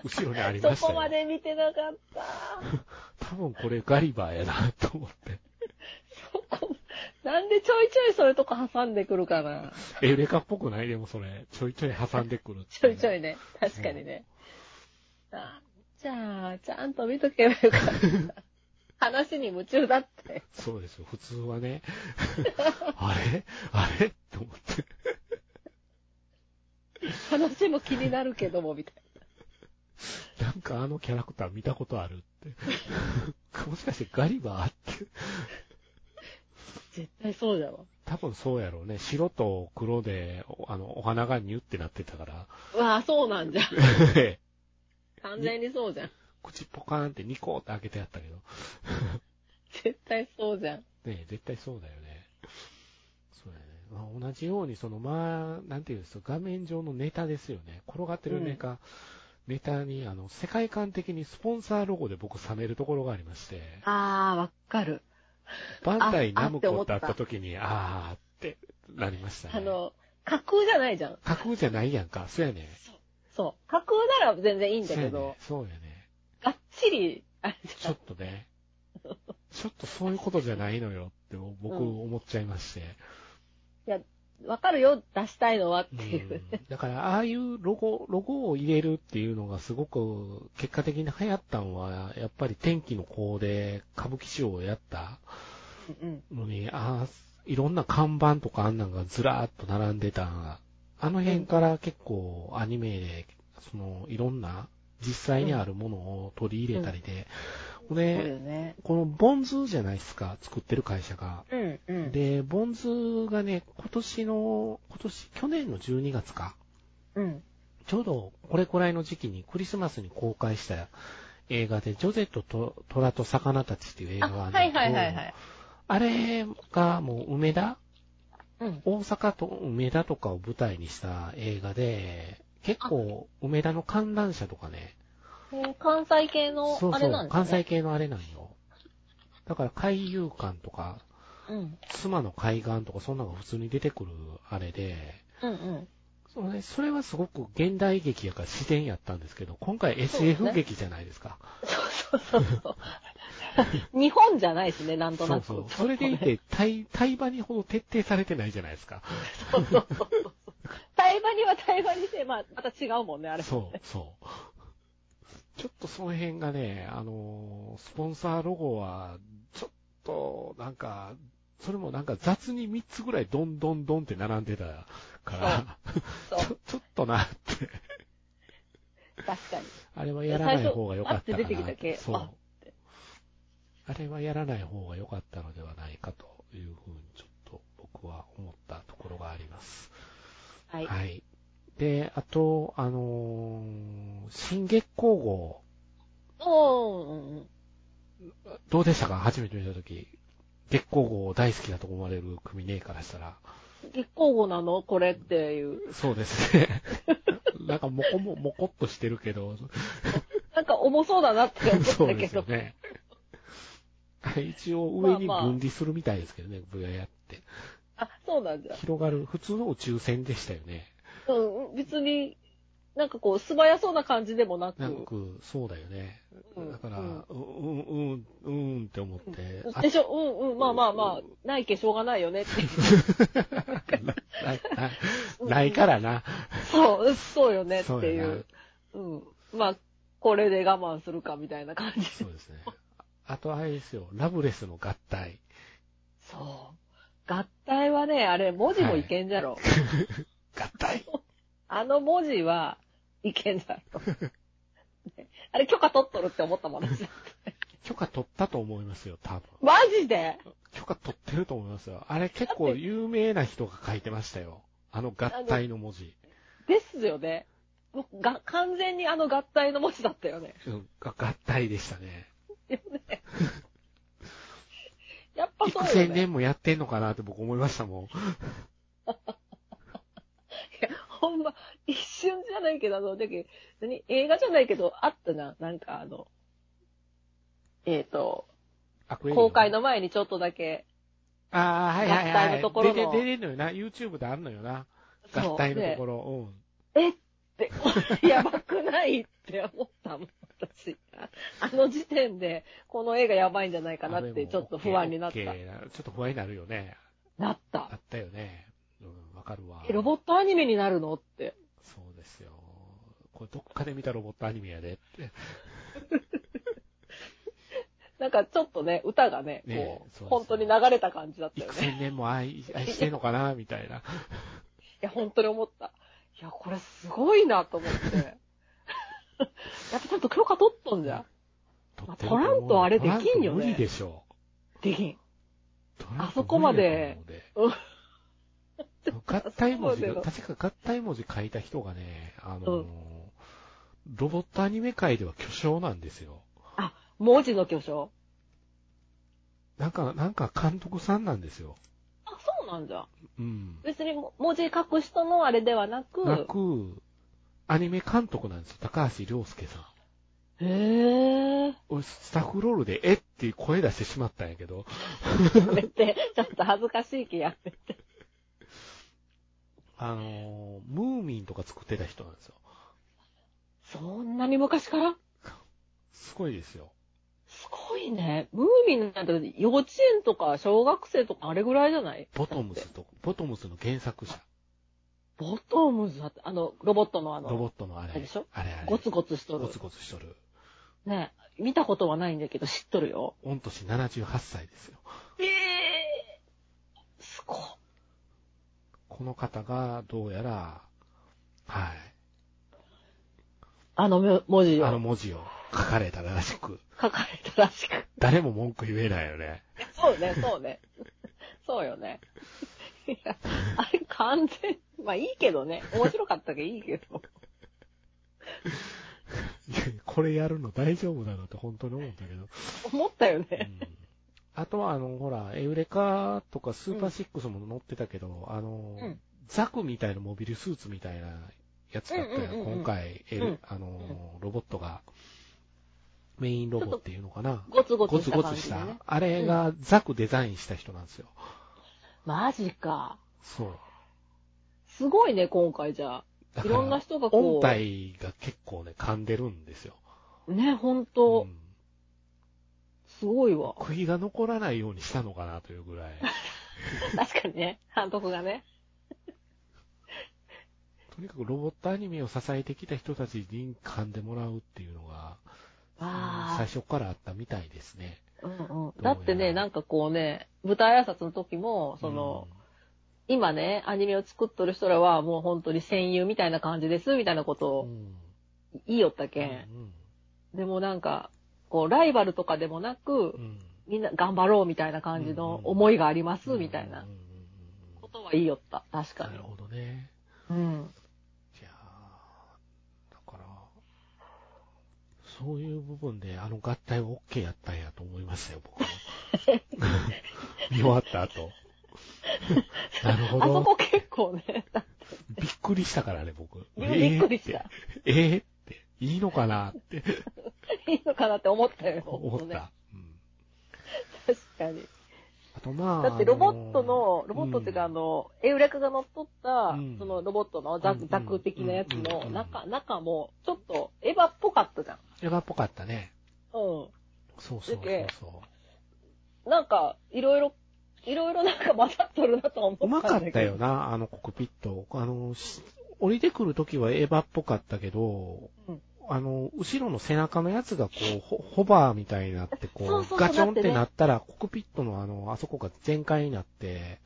後ろにありそましたこよま。で見てなかった。多分これガリバーやなと思って。そこ、なんでちょいちょいそういうとこ挟んでくるかな。エウレカっぽくないでもそれ、ちょいちょい挟んでくるってちょいちょいね。確かにね。あじゃあ、ちゃんと見とけばよか った。話に夢中だって。そうですよ、普通はね。 あれあれって思って。話も気になるけども、みたいなんかあのキャラクター見たことあるって。 もしかしてガリバーって。な。絶対そうだわ。多分そうやろうね。白と黒で、おあの、お花がニュってなってたから。うわあ、そうなん じゃん。ええ完全にそうじゃん。口ポカーンってニコーって開けてあったけど。絶対そうじゃん。ねえ絶対そうだよね。そうだよね。まあ、同じように、その、まあ、なんていうんですか、画面上のネタですよね。転がってるネタ、ネタに、あの、世界観的にスポンサーロゴで僕冷めるところがありまして、ああ、わかる。バンダイあナムコってああって思ったった時に、あーってなりましたね。あの、架空じゃないじゃん。架空じゃないやんか。そうやね。そう。架空なら全然いいんだけそうやどね、そうやね。がっちり、あれじちょっ とね。ちょっとそういうことじゃないのよって僕うん思っちゃいまして。ゃん。わかるよ、出したいのはってう。いうんだから、ああいうロゴ、ロゴを入れるっていうのがすごく結果的に流行ったのは、やっぱり天気の子で歌舞伎賞をやったうん。のに、ああ、いろんな看板とかあんなんがずらーっと並んでた。あの辺から結構アニメで、その、いろんな実際にあるものを取り入れたりで、こそうだれ、よね。このボンズじゃないですか、作ってる会社が。うん、うん。で、ボンズがね、今年の、今年、去年の12月か。うん。ちょうどこれくらいの時期にクリスマスに公開した映画で、ジョゼットと虎と魚たちっていう映あ、画があはるんだけいどはいはいはい。あれがもう梅田、うん。大阪と梅田とかを舞台にした映画で、結構梅田の観覧車とかね、えー関西系のそ、うあそれなんう、です関ね。西系のあれなんよ。だから海遊館とか、うん。妻の海岸とか、そんなのが普通に出てくるあれで、うんうん。それそれはすごく現代劇やから自然やったんですけど、今回そうですね SF 劇じゃないですか。そうそうそうそう。日本じゃないしね、なんとそなうく。そう。それ でいて、 対、対話にほど徹底されてないじゃないですか。そうそうそうそう。対話には対話にして、まあ、また違うもんね、あれ。そう、そう。 ちょっとその辺がね、あの、スポンサーロゴは、ちょっと、なんか、それもなんか雑に3つぐらいどんどんどんって並んでたから、そちょう、 ちょっとなって、確かに。あれはやらない方が良かったか最初あって出てきなただけそうあっ。あれはやらない方が良かったのではないかというふうにちょっと僕は思ったところがあります。はい。で、あと、あのー新月光号、おーうんうん。どうでしたか初めて見たとき。月光号大好きだと思われる組ねえからしたら。月光語なのこれっていう。そうで すね。なんかもこも、もこっとしてるけど、なんか重そうだなって思ったけそど。うですよね。一応上にまあまあ分離するみたいですけどね、ブヤヤって。あ、そうなんだ。広がる、普通の宇宙船でしたよね。うん、別に、なんかこう、素早そうな感じでもなく。なんか、そうだよね。うんだから、ううんん、うん、うん、うんって思って、あでしょうんうん、まあまあまあ、ないけしょうがないよねって。 ないないないからな。そう、そうよねってそういやなう。うん。まあ、これで我慢するかみたいな感じ。そうですね。あと、あれですよ、ラブレスの合体。そう。合体はね、あれ、文字もいけんじゃろ。合体あの文字はいけんじゃろ。 ねあれ許可取っとるって思ったもん私。許可取ったと思いますよ、多分。マジで許可取ってると思いますよ。あれ結構有名な人が書いてましたよ。あの合体の文字。ですよね。もうが、完全にあの合体の文字だったよね。うんが合体でしたね。よねやっぱ幾そうよ千ね。年もやってんのかなって僕思いましたもん。いやほんま、一瞬じゃないけど、あの、だけ何映画じゃないけど、あったな。なんかあの、えっ、と、アクエリウム公開の前にちょっとだけ、ああ、はいはいはい。合体のところの出て、出てんのよな。YouTube であんのよな。そう合体のとでころ。えって、 やばくないって思ったもん、私。あの時点で、この映画やばいんじゃないうん。かなって、ちょっと不安になったオッケ。ーオッケーちょっと不安になるよね。なったあ。ったよね。うん、わかるわ。えロボットアニメになるのって。そうですよ。これどっかで見たロボットアニメやでって。なんかちょっとね、歌がね、ねこそう、うそう本当に流れた感じだったよ幾ね。千年も愛、愛してんのかなみたいな。いや、本当に思った。いや、これすごいなと思って。 やっぱちゃんと許可取っとんじゃん。撮まあってる思うよ取らんとあれできんよね取らと無理でしょできん。う。取らんと無理だと思うあそこまでうんで 合体文字そうが、だよ確か合体文字書いた人がね、あのー、うんロボットアニメ界では巨匠なんですよ。文字の巨匠。なんか、なんか監督さんなんですよ。あ、そうなんじゃん。うん。別にも文字書く人のあれではなく。なく、アニメ監督なんですよ。高橋良介さん。へえ。俺、スタッフロールで、えって声出してしまったんやけど、やめて。ちょっと恥ずかしい気やめて。あのー、ムーミンとか作ってた人なんですよ。そんなに昔からすごいですよ。すごいね。ムーミンなんて幼稚園とか小学生とかあれぐらいじゃないボトムスと、ボトムスの原作者。ボトムズだって、あの、ロボットのあロボの、ットのあれ。あれでしょあれあれ。ゴツゴツしとゴるツ。ゴツしとる。ね見たことはないんだけど知っとるよ。御年78歳ですよ。ええすごい。この方が、どうやら、はあのむ文字い。あのを文字を書かれたらしく、書かれたらしく。誰も文句言えないよね。 そうね、そうね。 そうよね。いや、あれ完全、まあいいけどね。面白かったけどいいけど。いやこれやるの大丈夫なのって本当に思ったけど。思ったようね。んあとは、あの、ほら、エウレカとかスーパーシックスも載ってたけど、あの、うんザクみたいなモビルスーツみたいなやつだったよ、うんうんうんうん今回、エうルんあの、ロボットが、メインロボっていうのかな。ゴツゴゴツしツたゴ感ツじしでた。ね。あれがザクデザインした人なんですよ。マジか。そう。すごいね、今回じゃあ。だいからろんな人が音こ体が結構ね、噛んでるんですよ。う、ね、本う当んすごいわ。悔いが残らないようにしたのかなというぐらい。確かにね、監督がね。とにかくロボットアニメを支えてきた人たちに噛んでもらうっていうのが、あ最初からあったみたいですね。あ、うんうん。らだってね、なんかこうね、舞台挨拶の時も、その、今ね、アニメを作っとる人らはもう本当に戦友みたいな感じです、みたいなことうん、を言いよったけん。でもなんか、こう、ライバルとかでもなくうんう、んみんな頑張ろうみたいな感じの思いがあります、みたいなうんうんうんうんことは言いよった。確かなにる。ほどね。うん。いやーだから、そういう部分であの合体は OK やったんやと思いましたよ、僕も。見終わった後。なるほあそど。こ結構ね、びっくりしたからね、僕。びっくりし えーた。て。えーって。いいのかなっていいのかなって思ったよ。 思っ本当ねた。うん確かに。あとまあ。だってロボットのあ、ーロボットっていうかあ、の、エウレカが乗っ取ったうん、そのロボットのザク、ザク的なやつうんうのん中、中も、ちょっとエヴァっぽかったじゃん。うんエヴァっぽかったね。うん。そうそうそうでそう。なんか、いろいろ、いろいろなんか混ざっとるなとは思ったうんだまけど。かったよな、あのコックピット。あの、し降りてくるときはエヴァっぽかったけど、うんあの、後ろの背中のやつがこう、ホホバーみたいになって、こう、そうそうそうガチョンだっっててねなったら、コックピットのあの、あそこが全開になって、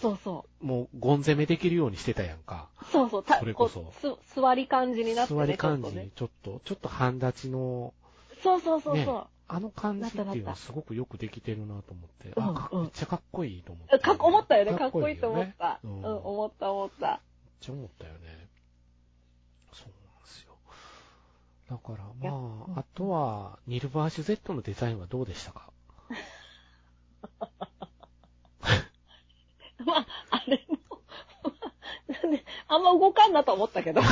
そうそもう、ゴン攻めできるようにしてたやんか。う。そうそう。たそれこそこうす座り感じになってね。座り感ちょじっとねに、ちょっと、ちょっと半立ちの、そうそうそうそう。あの感じっていなっうたのなっはたすごくよくできてるなと思って、うんあかうんめっちゃかっこいいと思っえて。かっこ思ったよね。かっこいいよと思った。ううんん、めっ思った思った。ちゃ思ったよね。そうなんですよ。だからやまうんあ、あとは、ニルバーシュ Z のデザインはどうでしたか まあ、あれも、 まあなんで、あんま動かんなと思った けど。ま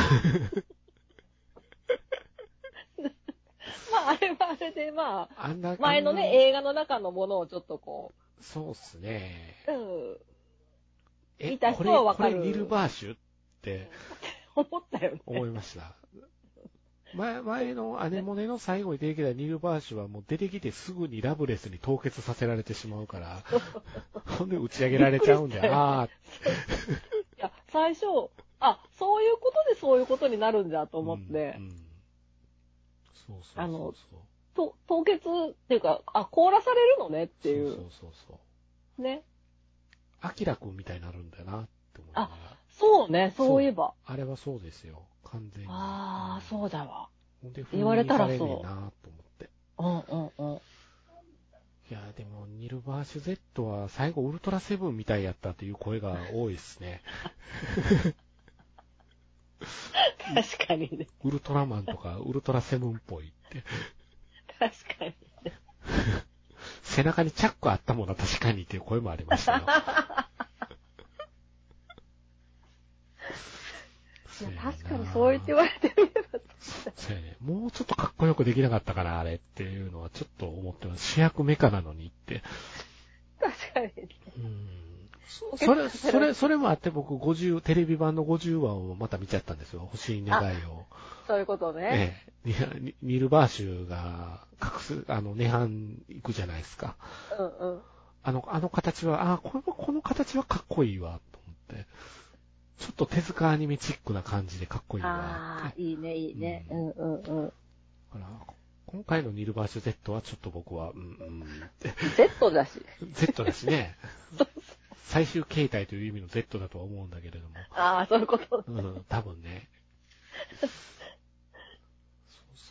あ、あれはあれで、まあんなあ、前のあんね、な映画の中のものをちょっとこそうっすね。う、うん、え、見たこ人れ、はわこかれるニルバーシュって思ったよね。思いました。前、前のアネモネの最後に出てきたニルバーシュはもう出てきてすぐにラブレスに凍結させられてしま うから、ほんで打ち上げられちゃうんで、びっくりしたよああ、いや、最初、あ、そういうことでそういうことになるんだと思って、うんうんそうそうそうそう。あのと凍結っていうか、あ、凍らされるのねっていう。そうそうそうそう。ね。アキラくんみたいになるんだよなって思いながら。そうね、そういえば。あれはそうですよ。完全に。ああ、そうだわ。ほんで。言われたらそう封印されねえなと思って。うんうんうん。いや、でも、ニルバーシュ Z は最後ウルトラセブンみたいやったっていう声が多いですね。確かにね。ウルトラマンと かウルトラセブンっぽいって。確かに。背中にチャックあったもんな、確かにっていう声もあり ましたよ。いや確かにそう言って言われて みれば。そうやね。もうちょっとかっこよくできなかったかな、あれっていうのはちょっと思ってます。主役メカなのにって。確かにね。うんそそれ、それ、それもあって僕50、テレビ版の50話をまた見ちゃったんですよ。欲しい願いを。そういうことね。ええニニニルバーシュが隠す、あの、涅槃行くじゃないですか。うんうん。あの、あの形は、あこの、この形はかっこいいわ、と思って。ちょっと手塚アニメチックな感じでかっこいいわああって。、いいね、いいね。ううんうんうん。だから今回のニルバーシュ Z はちょっと僕は、うんうんって、 Z だし。 Z だしね。最終形態という意味の Z だとは思うんだけれども。 ああ、そういうこと。うん、多分ね。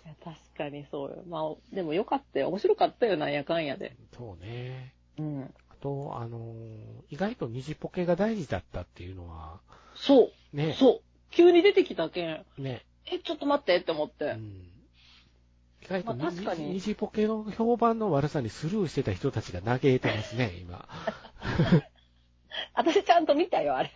いや確かにそうよ。まあ、でもよかったよ。面白かったよ、なんやかんやで。そうね。うん。あと、あのー意外と虹ポケが大事だったっていうのは、そう。ね、そう。急に出てきたけん。ね、え、ちょっと待ってって思っうて。ん。意外とまあ確か虹に虹ポケの評判の悪さにスルーしてた人たちが嘆いてま すね、今。私ちゃんと見たよ、あれ。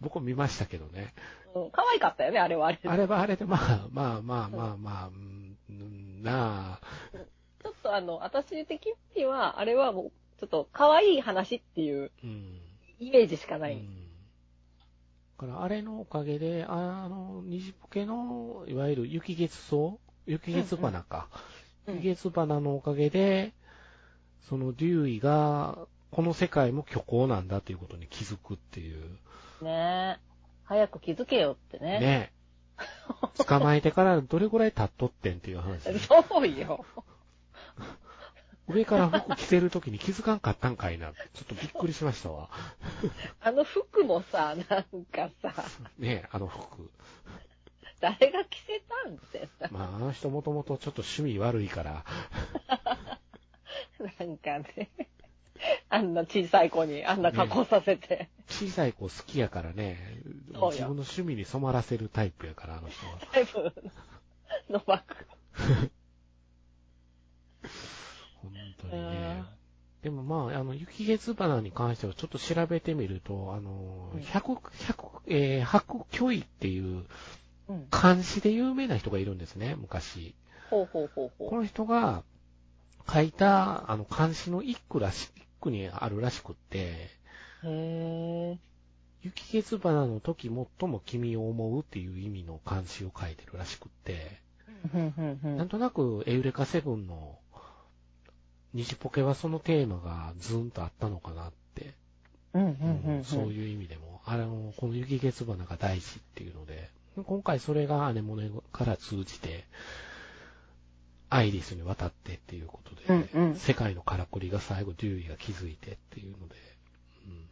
僕も見ましたけどね。うん。可愛かったよね、あれはあれで。あれはあれで、まあまあまあまあまあ、うん、うんなあ、ちょっとあの、私的には、あれはもう、ちょっと可愛い話っていううん。イメージしかない。うんだからあれのおかげで、あの、虹ポケの、いわゆる雪月草雪月花か。うんうん雪月花のおかげで、その、デューイが、この世界も虚構なんだということに気づくっていう。ね早く気づけよってね。ねえ。捕まえてからどれぐらい経っとってんっていう話。そうよ。上から服着てる時に気づかんかったんかいな。ちょっとびっくりしましたわ。あの服もさ、なんかさ、ねえ、あの服。誰が着せたんってさ、まあ、あの人もともとちょっと趣味悪いから、なんかね、あんな小さい子にあんな加工させて、小さい子好きやからね、そう自よ分の趣味に染まらせるタイプやから、あの人は。だいぶのばく。本当うにねん。でもまあ、あの、雪月花に関してはちょっと調べてみると、あのう、ん百、百、えー、白居易っていううん。漢詩で有名な人がいるんですね、昔。ほうほうほうこほの人が書いた、あの、漢詩の一句らし、一句にあるらしくって、う。へ雪月花の時最も君を思うっていう意味の漢詩を書いてるらしくって、ぇー。うんうんうんなんとなくエウレカセブンの西ポケはそのテーマがズンとあったのかなって、うんうんうんううんん。そういう意味でも、あの、この雪月花が大事っていうので、今回それがアネモネから通じて、アイリスに渡ってっていうことで、うんうん世界のからくりが最後、デューイが気づいてっていうので、うん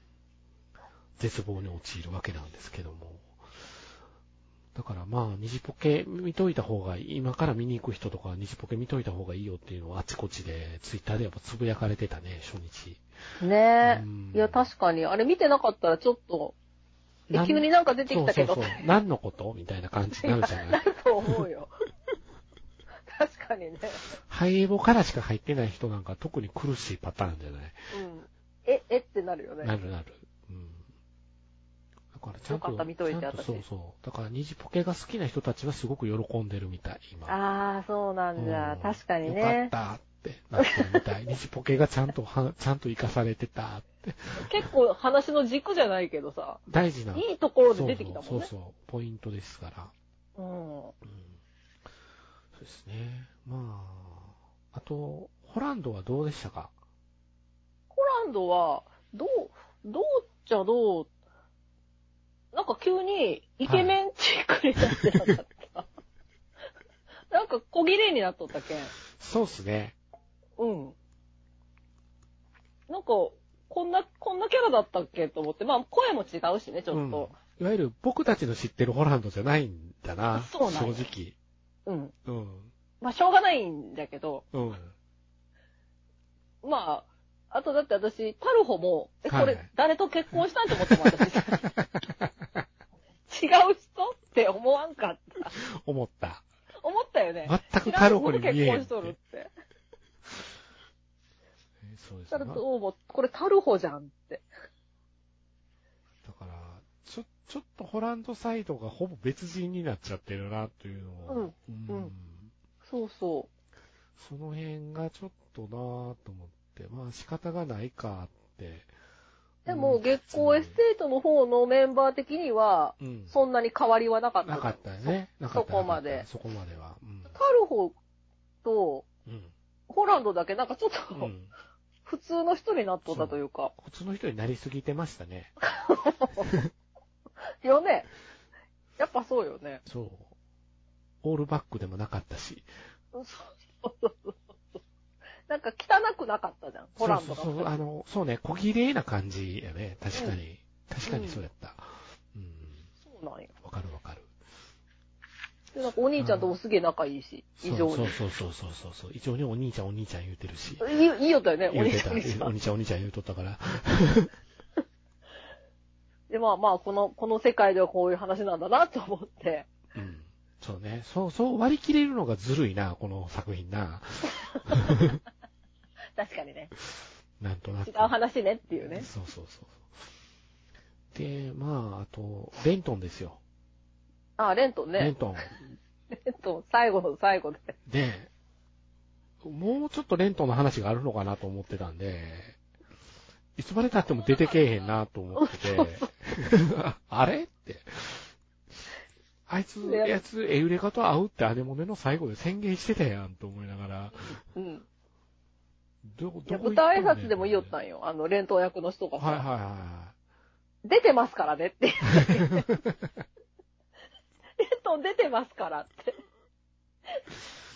絶望に陥るわけなんですけども。だからまあ、虹ポケ見といた方がいい、今から見に行く人とか、虹ポケ見といた方がいいよっていうのをあちこちで、ツイッターでやっぱつぶやかれてたね、初日。ねうんえ。いや、確かに。あれ見てなかったらちょっと、えなん急になんか出てきたけど、そうそうそう。何のことみたいな感じになるじゃ ない。と思うよ。確かにね。 配合からしか入ってない人なんか特に苦しいパターンじゃない。うん。え、えってなるよなね。るなる。うん。だからちゃよんと、かった見といてちゃんと私そうそう。だから虹ポケが好きな人たちはすごく喜んでるみたい、今。ああ、そうなんだ。うん確かによね。かったってなってるみたい。虹ポケがちゃんとは、ちゃんと生かされてたって。結構話の軸じゃないけどさ、大事な。いいところで出てきたもんそうそうね。そうそう、ポイントですから。うん。うんそうですね。まあ、あと、ホランドはどうでしたかポランドは、どう、どうっちゃどう、なんか急にイケメンチックになってなか った。なんか小綺麗になっとったけん。そうですね。うん。なんか、こんな、こんなキャラだったっけと思って、まあ声も違うしね、ちょっと。いわゆる僕たちの知ってるホランドじゃないんだな、そうなんや正うん。直。まあしょうがないんだけど、うん。うん。まあ、あとだって私、タルホも、え、こはいれ、誰と結婚したんと思ってもん私。違う人って思わんかった。思った。思ったよね。全く知タらん人とルホに見え結へん婚してとるっっ。て。えそうですタねル。ホも、これタルホじゃんって。だから、ちょ、ちょっとホランドサイドがほぼ別人になっちゃってるな、というのを。うんうんそうそその辺がちょっとなぁと思って、まあ仕方がないかって。う。でも、月光エステートの方のメンバー的には、うん。そんなに変わりはなかった。なかったよね。なかったそこまでそこまでは。うんタルホと、うん。ホランドだけなんかちょっうと、ん。普通の人になっとったというか。普通の人になりすぎてましたね。よね。やっぱそうよね。そう。オールバックでもなかったし。そうそうそうそう。なんか汚くなかったじゃん、ホランドが。そうそうそうあの、そうね、小綺麗な感じやね。確かに。確かにそうやった。うん。そうなんや。わかるわかる。で、なんかお兄ちゃんともすげえ仲いいし、異常そうに。そうそうそうそうそう。異常にお兄ちゃんお兄ちゃん言うてるし。いいいよったよね、お言う兄てちた。ゃんおお兄ちゃん兄ちゃんお兄ちゃん言うとったから。で、まあまあ、この、この世界ではこういう話なんだなと思って。うん。そうね。そう、そう割り切れるのがずるいな、この作品な。確かにね。なんとなく。違う話ねっていうね。そうそうそう。で、まあ、あと、レントンですよ。あ、レントンレンね。トン。レントン、最後の最後で。で、もうちょっとレントンの話があるのかなと思ってたんで、いつまで経っても出てけえへんなと思ってて、あれって。あいつ、あいつ、エウレカと会うってアネモネの最後で宣言してたやんと思いながら、うん。ど、どこいや、行っ舞台挨とんねん拶でもいいよったんよ。あの、レントン役の人がさ。はいはいはいは出てますからねって。レッドン出てますからって。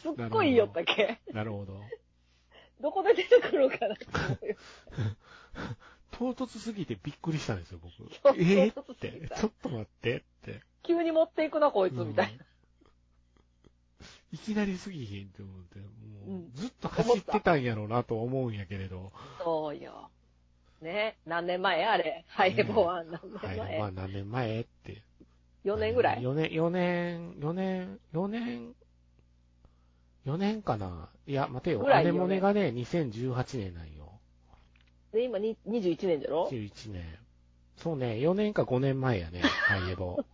すっごい言いよったけ。なるほど。どこで出てくるのかなって思うよ。唐突すぎてびっくりしたんですよ、僕そう。えー唐っ突すぎてた、ちょっと待ってって。急に持っていくな、こいつ、みたいな。いきなりすぎへんって思って、うもんうずっと走ってたんやろうなと思うんやけれど、そうよ。ね。何年前あれ。ハイボワン何は年い、前、まあ何年前って。 ?4 年ぐらい。 ?4 年、4年、4年、4年、4年かな。いや、待てよ。ぐらアいよネねモネがね、2018年なんよ。で、今に21年じゃろ21年。そうね、4年か5年前やね、ハイエボ。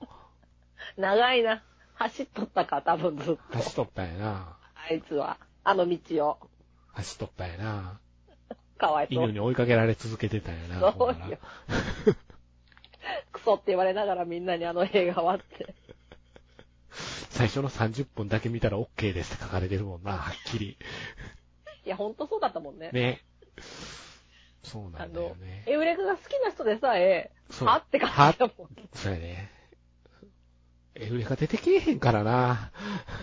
長いな。走っとったか、多分ずっと。走っとったんやな。あいつは。あの道を。走っとったんやな。かわいそ犬う。に追いかけられ続けてたんやな。そうよ。クソって言われながらみんなにあの映画はって。最初の30分だけ見たら OK ですって書かれてるもんな、はっきり。いや、ほんとそうだったもんね。ね。そうなあんだよの、ね。エウレカが好きな人でさえ、そうはって感じだもん。そうやね。エウレカ出てけえへんからな。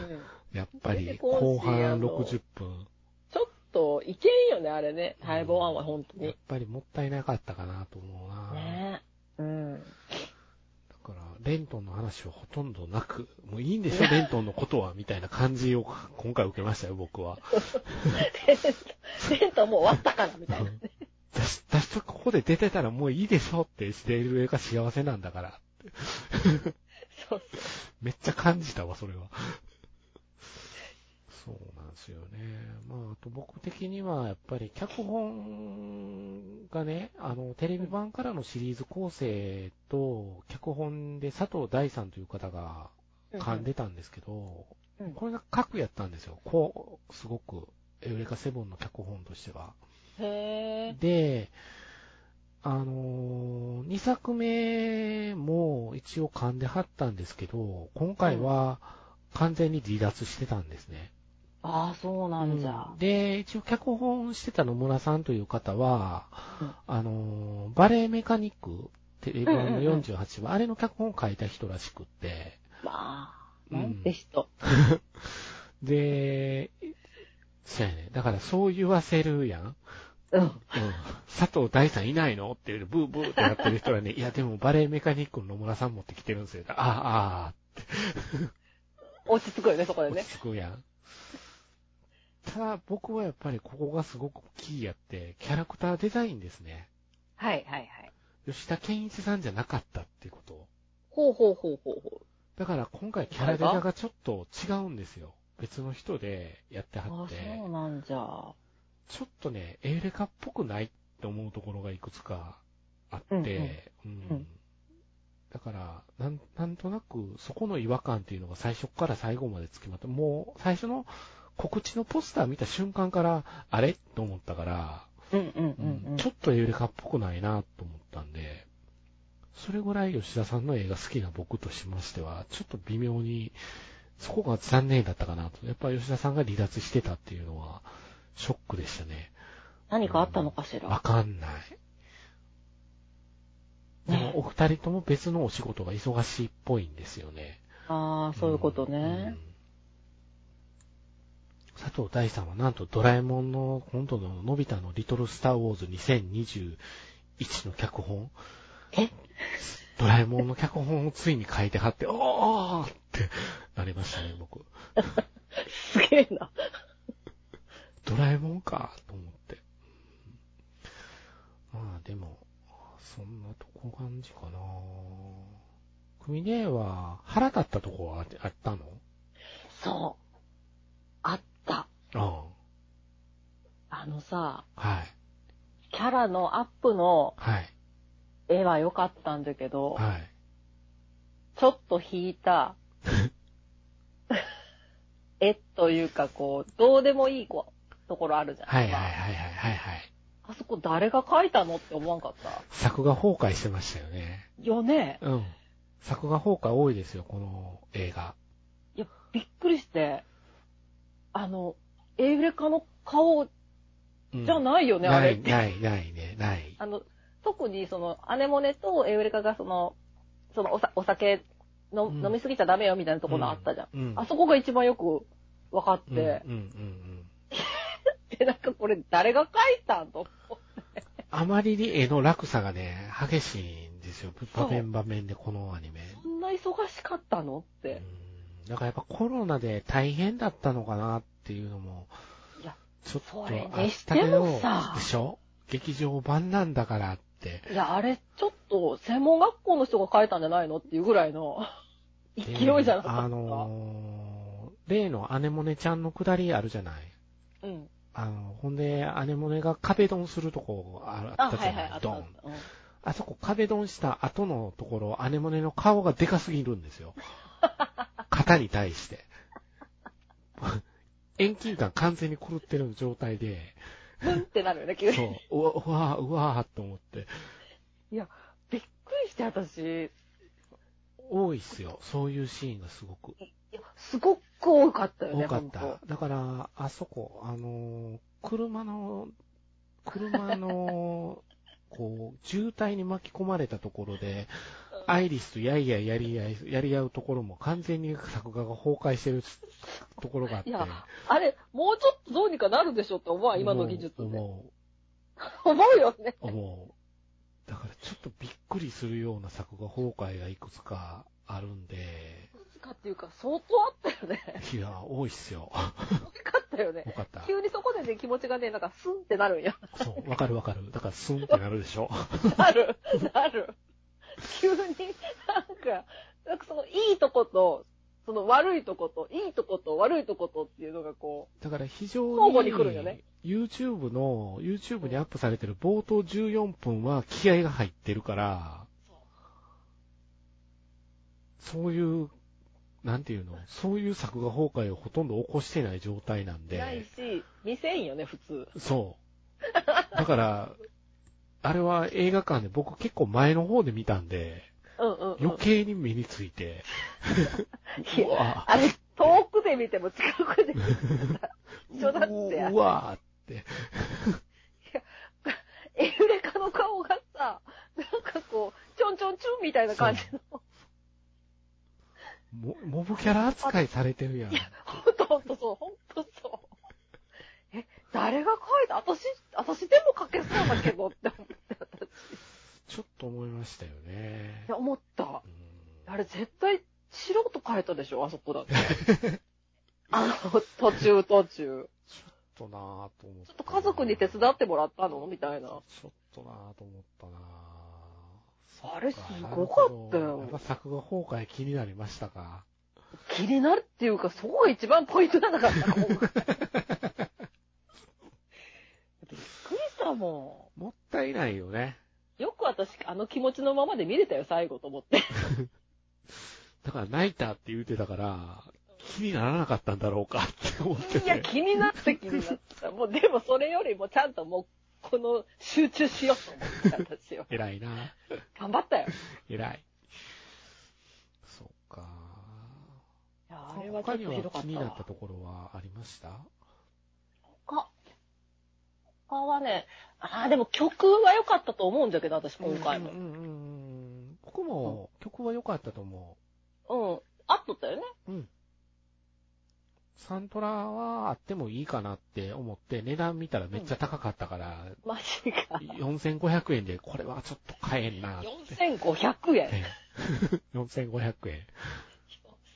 うんやっぱ出てり、こんし後あ半の60分。ちょっと、いけんよね、あれね。ハイボワンは本当やっに。ぱりもったいなかったかなと思うな。ねえ。うん。だから、レントンの話はほとんどなく、もういいんで しょ、レントンのことは、みたいな感じを今回受けましたよ、僕は。レントもう終わったから、みたいな。私、私とここで出てたらもういいでしょってしている絵が幸せなんだから。そうそう。めっちゃ感じたわ、そ れは。そうなんですよね。まあ、あと僕的には、やっぱり脚本がね、あの、テレビ版からのシリーズ構成と、脚本で佐藤大さんという方が噛んでたんですけど、うんこれが核やったんですよ。こう、すごく、エウレカセブンの脚本としては。へえ。で、あの2作目も一応噛んではったんですけど、今回は完全に離脱してたんですね。ああ、そうなんじゃ。うんで、一応脚本してた野村さんという方はうん、あのーバレエメカニック、テレビ版のうんうんうん48話、あれの脚本を書いた人らしくって、まあ、うんなんて人。で、そうやね。だからそう言わせるやん。うん。うん佐藤大さんいないのっていうブーブーってなってる人らね、いやでもバレエメカニックの野村さん持ってきてるんですよ。ああ、あ落ち着くよね、そこあ、で落ね。ち着くやん。ただ僕はやっぱりここがすごくキーやって、キャラクターデザインですね。はいはいはい。吉田健一さんじゃなかったっていうこと。ほうほうほうほうほだから今回キャラデザがちょっと違うんですよ。別の人でやってう。あはあ、って。そうなんじゃ。ちょっとね、エウレカっぽくないって思うところがいくつかあって、ううんんうんだからなん、なんとなくそこの違和感っていうのが最初から最後までつきまって、もう最初の告知のポスター見た瞬間から、あれと思ったから、うんうんうんうん。ちょっとエウレカっぽくないなと思ったんで、それぐらい吉田さんの映画好きな僕としましては、ちょっと微妙に、そこが残念だったかなと。やっぱ吉田さんが離脱してたっていうのは、ショックでしたね。何かあったのかしわら。か んない。でねも、お二人とも別のお仕事が忙しいっぽいんですよね。ああ、そういうことうんね。佐藤大さんはなんとドラえもんの今度ののび太のリトルスターウォーズ2021の脚本えドラえもんの脚本をついに書いてはって、おーおーってなりましたね、僕。すげえな。ドラえもんかと思って。まあでも、そんなとこ感じかなクミネは腹立ったとこはあったのそう。あった。ああのさ、あはい。キャラのアップのはい。絵は良かったんだけど、はい。ちょっと引い た、絵というか、こう、どうでもいいこうところあるじゃん。はいはいはいはいはいはい。あそこ誰が描いたのって思わんかった。作画崩壊してましたよね。よね。うん。作画崩壊多いですよ、この映画。いや、びっくりして、あの、エウレカの顔じうんゃないよね、あなれっい、て。ない、ないね、ない。あの、特にその、アネモネとエウレカがその、そのおさお酒の、うん飲みすぎちゃダメよみたいなところあったじゃん。うん。あそこが一番よく分かって、うんうんうん。で、なんかこれ誰が書いたんと思ってあまりに絵の落差がね、激しいんですよ。場面場面でこのアニメ。そんな忙しかったのっうて。ん。だからやっぱコロナで大変だったのかなっていうのもいや、ちょっとそれあにっしたてけど、もさでしょ劇場版なんだからって。いや、あれ、ちょっと、専門学校の人が書いたんじゃないのっていうぐらいの勢でいじゃなかった。あのー例のアネモネちゃんのくだりあるじゃない。うん。あの、ほんで、アネモネが壁ドンするとこあああ、ったじはゃいな、はいい、あったドあっン。た。うんあそこ壁ドンした後のところ、アネモネの顔がでかすぎるんですよ。肩に対して。 遠近感完全に狂ってる状態で、うんってなるよね、急に。そう、うわ、うわ、うわーって思って。びっくりして、私。多いっすよ。そういうシーンがすごくいや、すごく多かったよね、多かっほんた。だから、あそこ、あのー車の、車の、こう、渋滞に巻き込まれたところで、とアイリスとやいやいやり合い、やり合うところも完全に作画が崩壊してるところがあって。いやあれ、もうちょっとどうにかなるでしょって思わん、今の技術で。思思うよね。う、思う。だからちょっとびっくりするような作画崩壊がいくつかあるんで、つかっていうか、相当あったよね。いや、多いっすよ。多かったよね。多かった。急にそこでね、気持ちがね、なんかスンってな るんや。そう、わかるわかる。だからスンってなるでしょ。なる、なる。急に、なんか、なんかその、いいとこと、その悪いとこと、いいとこと、悪いとことっていうのがこだから非常交互に来るよにね、 YouTube の、YouTube にアップされてる冒頭14分は気合が入ってるから、そういう、なんていうの、そういう作画崩壊をほとんど起こしてない状態なんう、ないで、し、見せんよね、普通。そう。だから、あれは映画館で僕結構前の方で見たんで、うんうん、うん。余計に目について、いやうわあれ、遠くで見ても近くで見てもさ、一緒だってううわーってエウレカの顔がさ、なんかこう、ちょんちょんちょんみたいな感じの、もモブキャラ扱いされてるやん。ほんとほんとそう、ほんとそう。え、誰が書いた私、私でも書けそうだけどって思って私いちょっと思いましたよね。や思った。うんあれ絶対素人書いたでしょ、あそこだって。あの、途中途中。ちょっとなぁと思って。ちょっと家族に手伝ってもらったのみたいちなょ。っとなぁと思ったなぁ。あれそっすごかったよなるほどやっぱ作画崩壊気になりましたか。気になるっていうか、そこが一番ポイントじゃなかった。今回びっくりしたももったいないよね。ん。よく私、あの気持ちのままで見れたよ、最後と思って。だから泣いたって言うてたから、気にならなかったんだろうかって思って いや、て。気になって気になった。もう、でもそれよりもちゃんともう、この、集中しようと思って、私は。偉いな頑張ったよ。偉い。そっかいや、あれはちょ他っにとひどかはっ気にたなわった。ところはありました他、他はね、ああ、でも曲は良かったと思うんだけど、私今回もう。んうんうんうん。僕も曲は良かったと思うん。あっとったよね。う。うん。サントラはあってもいいかなって思って、値段見たらめっちゃ高かったから、マジか。 4500円でこれはちょっと買えんなって。 4500円。ええ4500円。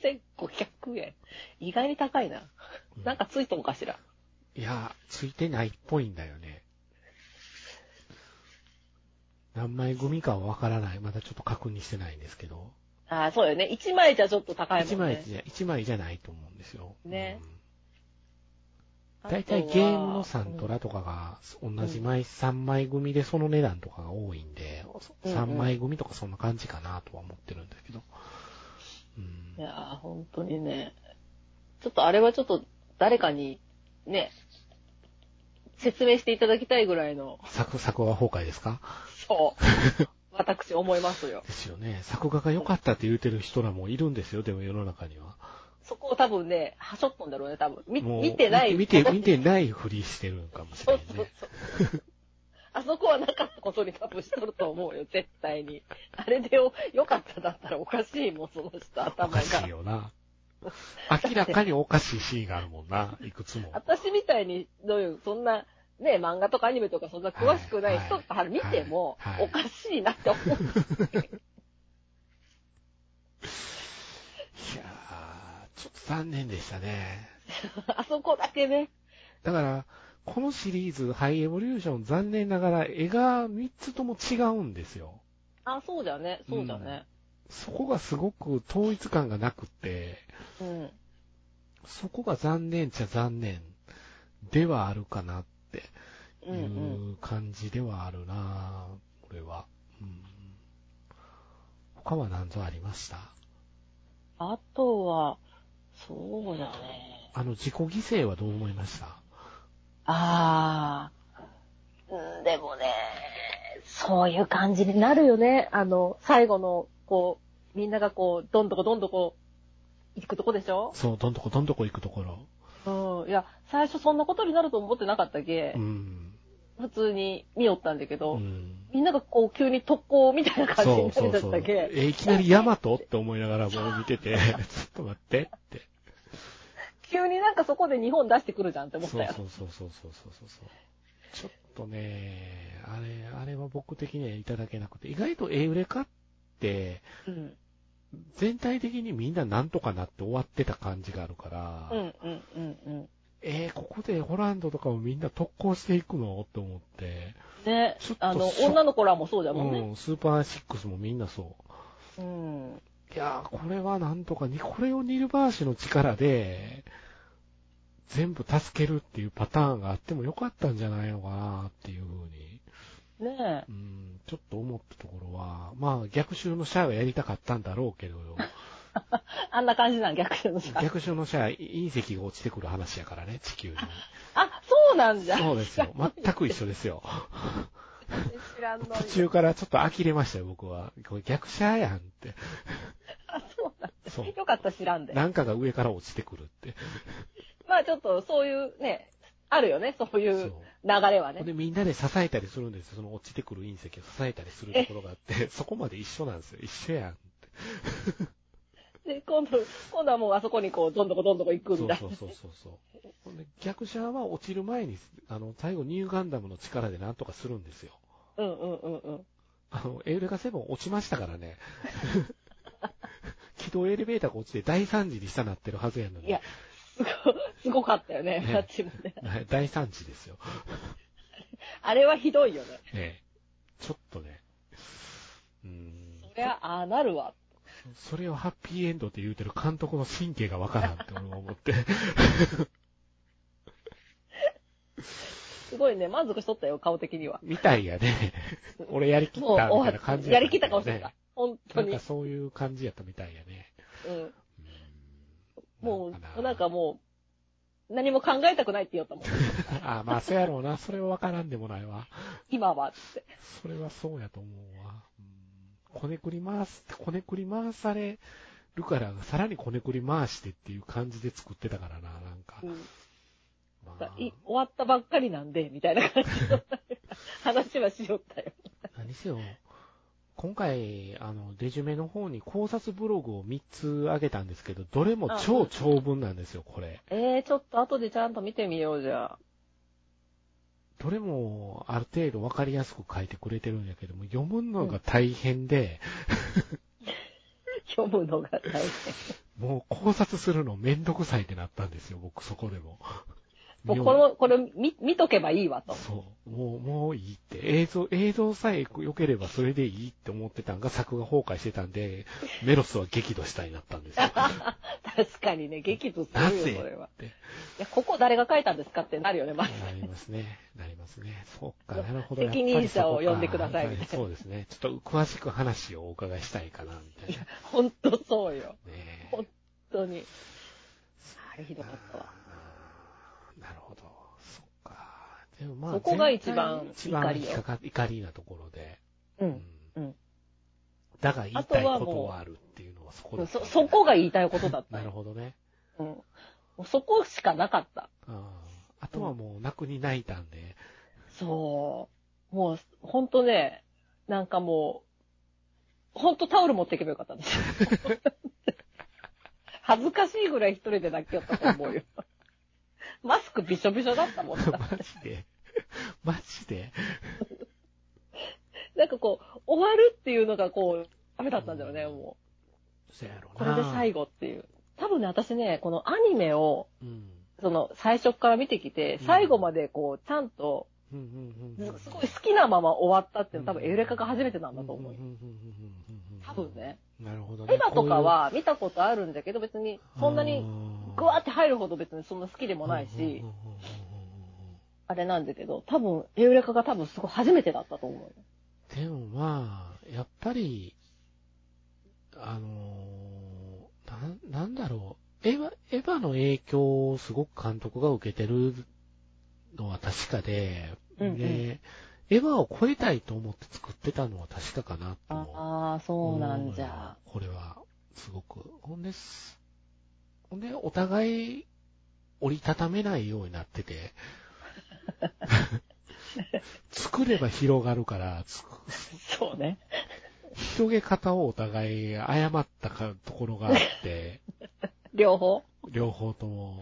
4500円。意外に高いな。うんなんかついたのかしら。いや、ついてないっぽいんだよね。何枚組かはわからない。まだちょっと確認してないんですけど。ああ、そうよね。1枚じゃちょっと高いも1んね。枚じゃ、一枚じゃないと思うんですよ。ねうんあとは大体ゲームのサントラとかが、同じ枚、3枚組でその値段とかが多いんで、うんうん3枚組とかそんな感じかなとは思ってるんだけど。ういん、やー、本当にね。ちょっとあれはちょっと誰かに、ね、説明していただきたいぐらいの、作、作画崩壊ですか そう。私思いますよ。ですよね。作画が良かったって言うてる人らもいるんですよ、でも世の中には。そこを多分ね、はしょったんだろうね、多分。みもう見てない。見て、見てないふりしてるんかもしそれうないそうね。そう。あそこはなかったことに多分しとると思うよ、絶対に。あれでよ、よかっただったらおかしいもん、その人、お 頭がか。しいよな。明らかにおかしいシーンがあるもんな、いくつも。私みたいに、どういう、そんな、ね、漫画とかアニメとかそんな詳しくない人はいから見てもは、いおかしいなって思 う。いやー、ちょっと残念でしたね。あそこだけね。だから、このシリーズ、ハイエボリューション、残念ながら絵が3つとも違うんですよ。あ、そうじゃね、そうじゃね。そこがすごく統一感がなくって、うん。そこが残念っちゃ残念ではあるかなっていうんうん。う感じではあるな、これは。うん他は何ぞありましたあとは、そうだね。あの、自己犠牲はどう思いましたああ。うんでもね、そういう感じになるよね。あの、最後の、こう、みんながこう、どんどこどんどこ、行くとこでしょそう、どんどこどんどこ行くところ。うん。いや、最初そんなことになると思ってなかったけう、ん。普通に見よったんだけうど、ん。みんながこう、急に特攻みたいな感じそにうなそるうだっそう。たけ、え、いきなりヤマトって思いながらもう見てて、ちょ っと待ってって。急になんかそこで日本出してくるじゃんって思ったそうよ。そうそうそうそうそうそうそう。ちょっとね、あれ、あれは僕的にはいただけなくて、意外とエウレカって、うん。全体的にみんななんとかなって終わってた感じがあるから、うんうんうんうん。えー、ここでホランドとかをみんな特攻していくのと思って、ねちょっ、とあの、そう女の子らもそうじゃもんね。うん、スーパーシックスもみんなそう。うん。いやー、これはなんとかに、これをニルバーシュの力で、全部助けるっていうパターンがあってもよかったんじゃないのかなっていうふうに、ねうん、ちょっと思ったところは、まあ逆襲のシャアをやりたかったんだろう けど、あんな感じなん、逆転のさ。逆襲のシャア、隕石が落ちてくる話やからね、地球に。 あ、そうなんじゃ。そうですよ。全く一緒ですよ。知らんのに途中からちょっと呆れましたよ、僕は。これ逆シャアやんって。あ、そうなんそうだ。よかった、知らんで。なんかが上から落ちてくるって。まあちょっと、そういうね、あるよね、そういそうう流れはほんね。で、みんなで支えたりするんですよ。その落ちてくる隕石を支えたりするところがあって、そこまで一緒なんですよ。一緒やんって。で、今度、今度はもうあそこにこう、どんどこどんどこ行くそんうだ。そうそうそうそう。ほんで、逆者は落ちる前に、あの、最後ニューガンダムの力でなんとかするんですよ。うんうんうんうん。あの、エウレカセブン落ちましたか らね。軌道エレベーターが落ちて大惨事にしたなってるはずやのに。いや、すご、すごかったよね、ねあっちもね。はい大惨事ですよ。あれはひどいよね。ええ。ちょっとね。うーん。そりゃ、ああなるわ。それをハッピーエンドって言うてる監督の神経がわからんって俺は 思って。すごいね、満足しとったよ、顔的には。みたいやね。俺やりきったもうみたい終なわ感っじやりきったかもしれれな。ない本当んにか。そういう感じやったみたいやね。うん。うんもかう、なんかもう、何も考えたくないって言おったもん。 あ、まあそうやろうな。それはわからんでもないわ。今は、って。それはそうやと思うわ。うんこねくり回す、こねくり回されるから、さらにこねくり回してっていう感じで作ってたからな、なんかう。んまあさい終わったばっかりなんで、みたいな感じの話はしよったよ。何せよ、今回、あの、出締めの方に考察ブログを3つ上げたんですけど、どれも超長文なんですよ、これ。 えー、ちょっと後でちゃんと見てみようじゃあ。どれもある程度分かりやすく書いてくれてるんやけども、読むのが大変で、 読むのが大変。もう考察するのめんどくさいってなったんですよ、僕そこでも。 もうこの、これ見、見とけばいいわと。そう。もう、もういいって。映像、映像さえ良ければそれでいいって思ってたんが作画崩壊してたんで、メロスは激怒したになったんですよ。 確かにね、激怒すなるぜよ、これは。っていや、ここ誰が書いたんですかってなるよね、まず。なりますね。なりますね。そうか、なるほど。責任者を呼んでくださいみたいなやっぱりそこかそうですね。ちょっと詳しく話をお伺いしたいかな、みたいな。ねほんとそうよ。え本当に。あれひどかったわ。あーなるほど。そっか。でもまあ、そこが一番全体一番怒りよ引っかか怒りなところで。ううんん。。うんだが言いたいあとはこもうとはあるっていうのはそこだったんそ、だねそこが言いたいことだったなるよ。ほどね。うん。もうそこしかなかった。 あーあとはもう、泣くに泣いたんで、そう。もう、ほんとね、なんかもう、ほんとタオル持っていけばよかったんです よ。恥ずかしいぐらい一人で泣きよったと思うよ。マスクびしょびしょだったもん な。マジでマジでなんかこう、終わるっていうのがこう、ダメだったんだよね、もそやろう。な。これで最後。後っていう。多分ね、私ね、このアニメを、うん。その、最初から見てきてうん、最後までこう、ちゃんと、うんうんうん。すごい好きなまま終わったっていうのは多分エウレカが初めてなんだと思うよ。多分ね。なるほどね。ペガとかは見たことあるんだけど、別にそんなにグワーって入るほど別にそんな好きでももないし、、あれなんだけど、多分、エウレカが多分すごい初めてだったと思うよ。でもまあ、やっぱり、あのーなん、なんだろう。エヴァ、エヴァの影響をすごく監督が受けてるのは確かで、うんうんで、エヴァを超えたいと思って作ってたのは確かかなと思う。ああ、そうなんじゃ。これは、すごく。ほんです。ほんで、お互い、折りたためないようになってて。作れば広がるから、つくそうね。広げ方をお互い誤ったかところがあって、両方両方とも、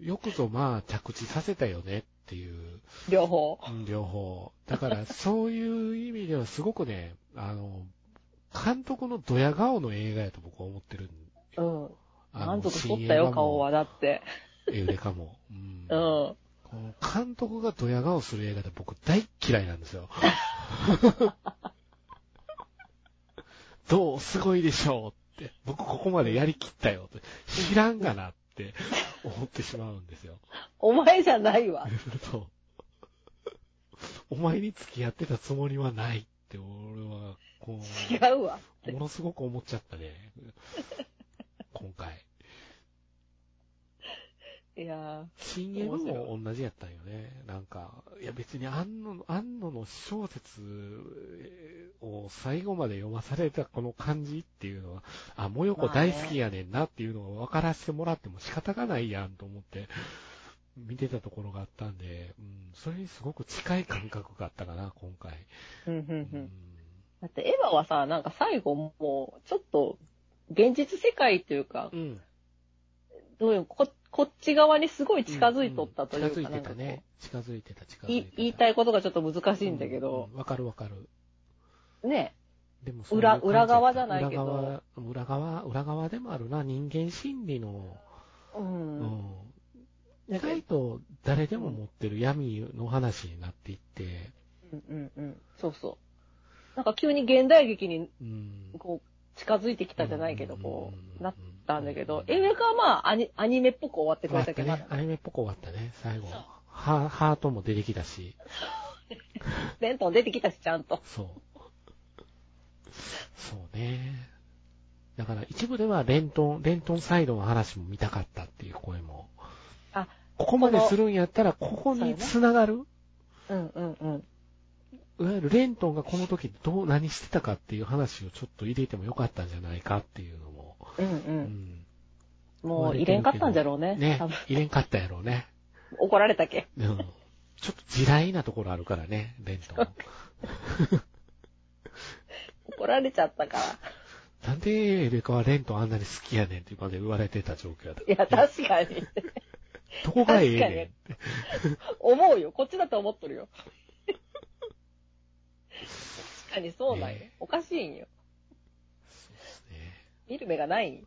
よくぞまあ着地させたよねっていう。両方。うん両方。だから、そういう意味ではすごくね、あの、監督のドヤ顔の映画やと僕は思ってるん。うん。あの満足しとったよ、顔。は。だって。新映画もエウレカも。うんう。ん。この監督がドヤ顔する映画で僕大嫌いなんです よ。どうすごいでしょうって。僕ここまでやりきったよって。知らんがなって思ってしまうんですよ。お前じゃないわ。そう。お前に付き合ってたつもりはないって、俺は、こ違う、うわ。ものすごく思っちゃったね。今回。いや新エヴァも同じやったんよね。なんか、いや別に安野の、安野の小説を最後まで読まされたこの感じっていうのは、あ、もよこ大好きやねんなっていうのを分からせてもらっても仕方がないやんと思って、見てたところがあったんで、うん、それにすごく近い感覚があったかな、今回。ー。うんうんううんん。だってエヴァはさ、なんか最後もう、ちょっと、現実世界というかう、ん。どういうこ、こっち側にすごい近づいとったというか、近づいなんてかたこうね。近づいてた、近づいいてた。言いたいことがちょっと難しいんだけうどん、うんわかるわかる。ね、でも裏そういう感だった裏側じゃないけど裏側、裏側、裏側でもあるな、人間心理の、う。うんん。な意んか外と誰でも持ってる闇の話になっていって、うんうんうん。そうそう。なんか急に現代劇に、うん。こう、近づいてきたじゃないけど、うんこうんう、なったんだけど、うんエウェカはまあアニ、アニメっぽく終わってく終われったたけど、ね。アニメっぽく終わったね、最後そう。ハハートも出てきたし、ベントン出てきたし、ちゃんと。そう。そうね。だから一部ではレントン、レントンサイドの話も見たかったっていう声も。あ、ここまでするんやったら、ここに繋がるうんうんうん。いわゆるレントンがこの時どう、何してたかっていう話をちょっと入れてもよかったんじゃないかっていうのも。うんう。うんん。もう入れんかったんじゃろうね。ね多分。入れんかったやろうね。怒られたけ。うん。ちょっと地雷なところあるからね、レント ン。怒られちゃったから。なんでエレカはレントンあんなに好きやねんって今まで言われてた状況だった。いや、確かに。どこがええね思うよ。こっちだと思っとるよ。確かにそうなんよね。おかしいんよ。ん。ね見る目がないんよ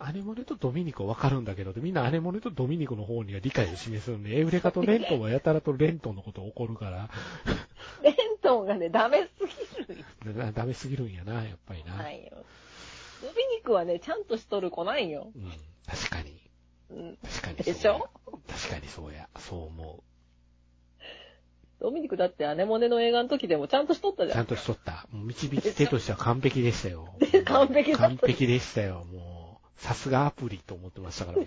アネモネとドミニコわかるんだけど、みんなアネモネとドミニコの方には理解を示すのね。エウレカとレントンはやたらとレントンのことを怒るから、レントンがね、ダメすぎるだダメすぎるんやな、やっぱりな。ないよ。ドビニクはね、ちゃんとしとる子ないんよ。うん、確かに。うん。確かにそうやでしょ確かにそうや。そう思ドミニクだってアネモネの映画の時でもちゃんとしとったう。じちゃゃんとしとった。もう導き手としては完璧でしたよ。で 完璧だった完璧でしたよ。もう、さすがアプリと思ってましたから、ん。僕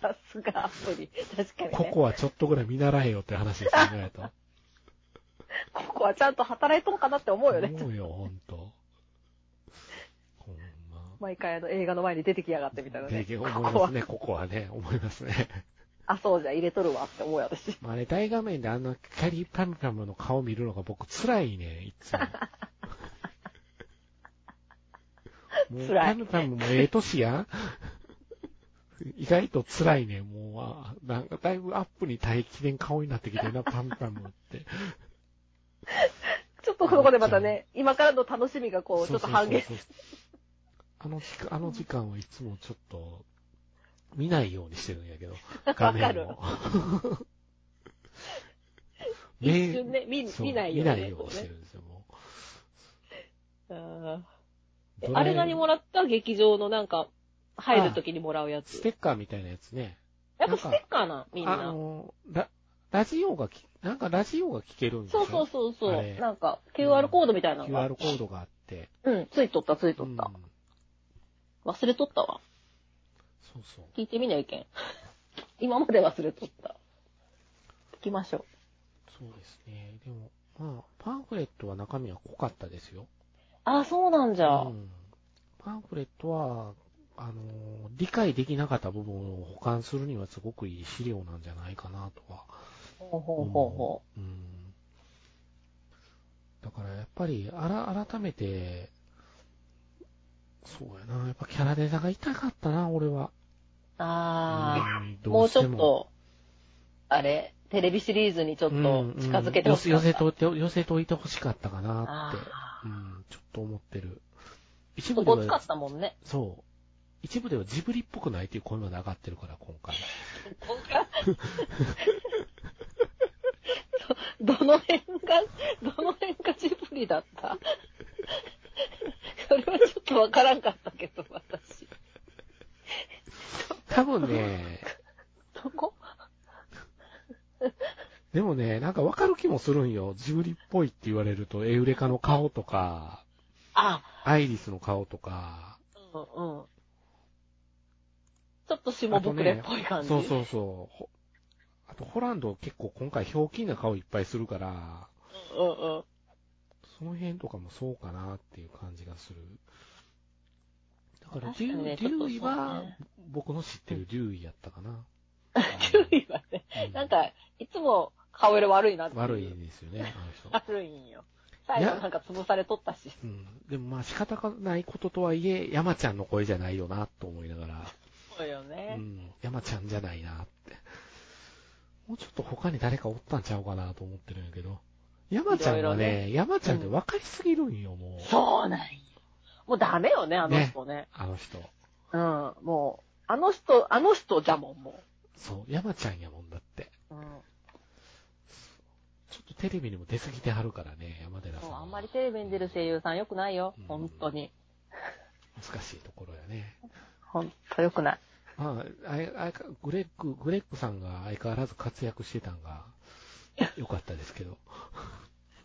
さすがアプリ。確かにね。こここはちょっとぐらい見習えよって話ですよ ね、と。こはちゃんと働いとんかなって思うよね。思うよ、ほんと。ほんま。毎回あの映画の前に出てきやがってみたいなでね。 思こいこまはすね、ここはね。思いますね。 あ、そうじゃ、入れとるわって思うよ、私。まあ、あれ、大画面であの、キャリーパムパムの顔見るのが僕辛いね、い つも。もう、辛いパムパムもええ年やん意外と辛いね、もうあ、なんかだいぶアップに耐えきれん顔になってきてるな、パムパムって。ちょっとここでまたね、今からの楽しみがこう、ちょっと半減。そうそうそうそうあの時間、あの時間はいつもちょっと、見ないようにしてるんや けど、画面を。一目瞬ね、見そう見ないよ見ね。ないようにしてるんですよ、もうんう。あれ何もららった劇場のなんか、入るときにもらうやスつ。テッカーみたいなやつね。やっぱステッカーな、みんあな。の、ララジオがき、なんかラジオが聞けるんですそようそうそうそあうれ。なんか、QR コードみたいなのが。 QR コードがあって。うん、ついとった、ついとっうんた。忘れとったわ。そうそう。聞いてみなゃいけん。 今まで忘れとった。聞きましょう。そうですね。でも、まあ、パンフレットは中身は濃かったですよ。あ、そうなんじゃ。うんパンフレットは、あのー理解できなかった部分を保管するにはすごくいい資料なんじゃないかなとは。ほうほうほうほうん。だからやっぱり、あら、改めて、そうやな、やっぱキャラデザが痛かったな、俺は。う。あうんあ、もうちどょっしてと、あれ、テレビシリーズにちょっうんと近づけてうほん寄しせい。寄せといて、寄せといてほしかったかなって。あうん、ちょっと思ってる。一ーそ部こで使はっ、たもんね。そう。一部ではジブリっぽくないっていう声まで上がってるから、今回。どどの辺が、どの辺がジブリだったそれはちょっとわからんかったけど、私。多分ね、どこでもね、なんかわかる気もするんよ。ジブリっぽいって言われると、エウレカの顔とか、あ、アイリスの顔とか、うんうん。ちょっと下僕れっぽい感じ。そうそうそう。ほあと、ホランド結構今回、ひょうきんな顔いっぱいするから、うんうんうん。その辺とかもそうかなっていう感じがする。だから、確かデにュねーデューイちょっとそうはね、僕の知ってるデューイやったか な。注意はね、うんなん、か、いつも顔色悪いなっていう。悪い。ですよね、あの人。悪いんよ。最後なんか潰されとったし。うん、でもまあ仕方がないこととはいえ、山ちゃんの声じゃないよな、と思いながら。そうようね。ん、山ちゃんじゃないなって。もうちょっと他に誰かおったんちゃうかなと思ってるんやけど。山ちゃんいろはいろね、ね山ちゃんって分かりすぎるんよ、もう。そうなんよ。もうダメよね、あの人ね。あの人。うん、もう、あの人、あの人じゃもん、もそう、山ちゃんやもんだって。う。うん。ちょっとテレビにも出すぎてはるからね、山寺そさんう、は。あんまりテレビに出る声優さん良くないようん。本当に。難しいところやね。本当良くない。まあ、あいあいかグレッグ、グレッグさんが相変わらず活躍してたんが、良かったですけど。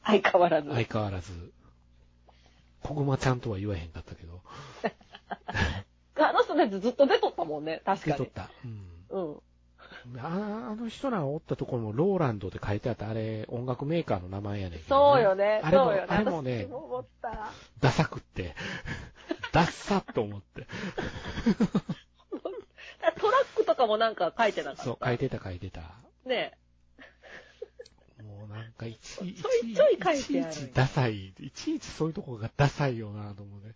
相変わらず。相変わらず、こぐまちゃんとは言わへんかったけど、あの人のやつずっと出とったもんね、確受けか取っに。た。うん。うん。ああの人らがおったところも、ローランドって書いてあった、あれ、音楽メーカーの名前やねんけどそうよね。あれもそうよね。あれもね私、も思った。ダサくって、 ダッサっと思って。トラックとかもなんか書いてなかった。そう、書いてた書いてた。ねもうなんか、いちいち、ちょいちょい書いてあるちいちダサい。いちいちそういうとこがダサいよなと思うね。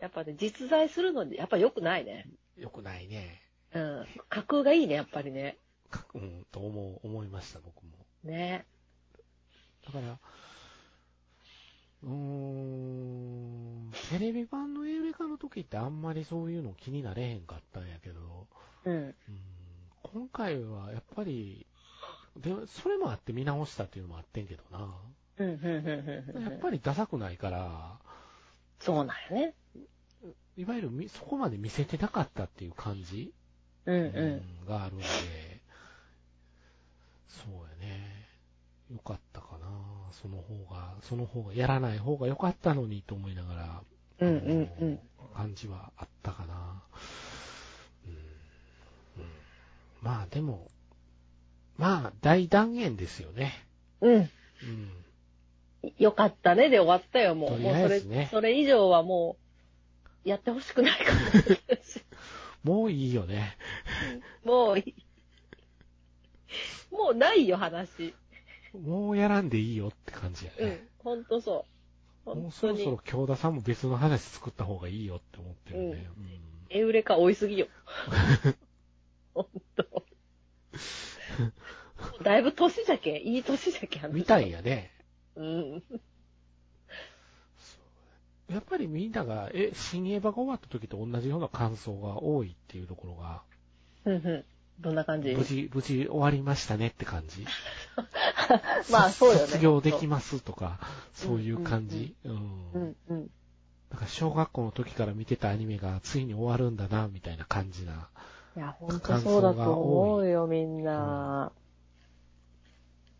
やっぱね、実在するのに、やっぱ良くないね。よくないね。うん。架空がいいね、やっぱりね。かうん、と思う、思いました、僕も。ねだから、うーん、テレビ版のエウレカの時ってあんまりそういうの気になれへんかったんやけど、うん。うん、今回はやっぱり、で、それもあって見直したっていうのもあってんけどな。うん、うん、うん、うん。やっぱりダサくないから、そうなんよね。いわゆるみそこまで見せてなかったっていう感じ、うん、ううん。んがあるんで、そうやね。よかったかな。その方が、その方が、やらない方が良かったのにと思いながら、うん、うん、うん。感じはあったかな。うんうんまあでも、まあ大断言ですよね。うん。うん、よかったねで終わったよ、もう。とりあえずもうそれね、それ以上はもう、やってほしくないから。もういいよね。もういい。もうないよ、話。もうやらんでいいよって感じやうね。ん、ほんとそう。も本うそ当ろそにろ、京田さんも別の話作った方がいいよって思ってるね。うんエウレカ追いすぎよ。ほんと。もうだいぶ年じゃけん、いい年じゃけん。みたいやね。うん。やっぱりみんなが、え、新エヴァが終わった時と同じような感想が多いっていうところが、うんうん。どんな感じ無事、無事終わりましたねって感じ。まあ、そうよね。 卒業できますとか、うそういう感じ。う。うんんうん。なんか小学校の時から見てたアニメがついに終わるんだな、みたいな感じな。いや、ほんとそうだと思うよ、みんな。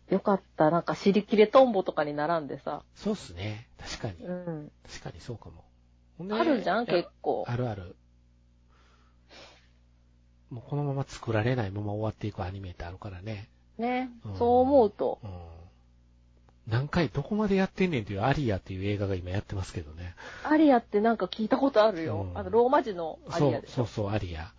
よかった。なんか、尻切れトンボとかに並んでさ。そうっすね。確かに。うん。確かにそうかも。ほであるじゃん、いや結構。あるある。もうこのまま作られないまま終わっていくアニメってあるからね。ねうん。そう思うと。うん。何回どこまでやってんねんっていうアリアっていう映画が今やってますけどね。アリアってなんか聞いたことあるよう。んあの、ローマ字のアそリアうでしそうょ。そう、アリア。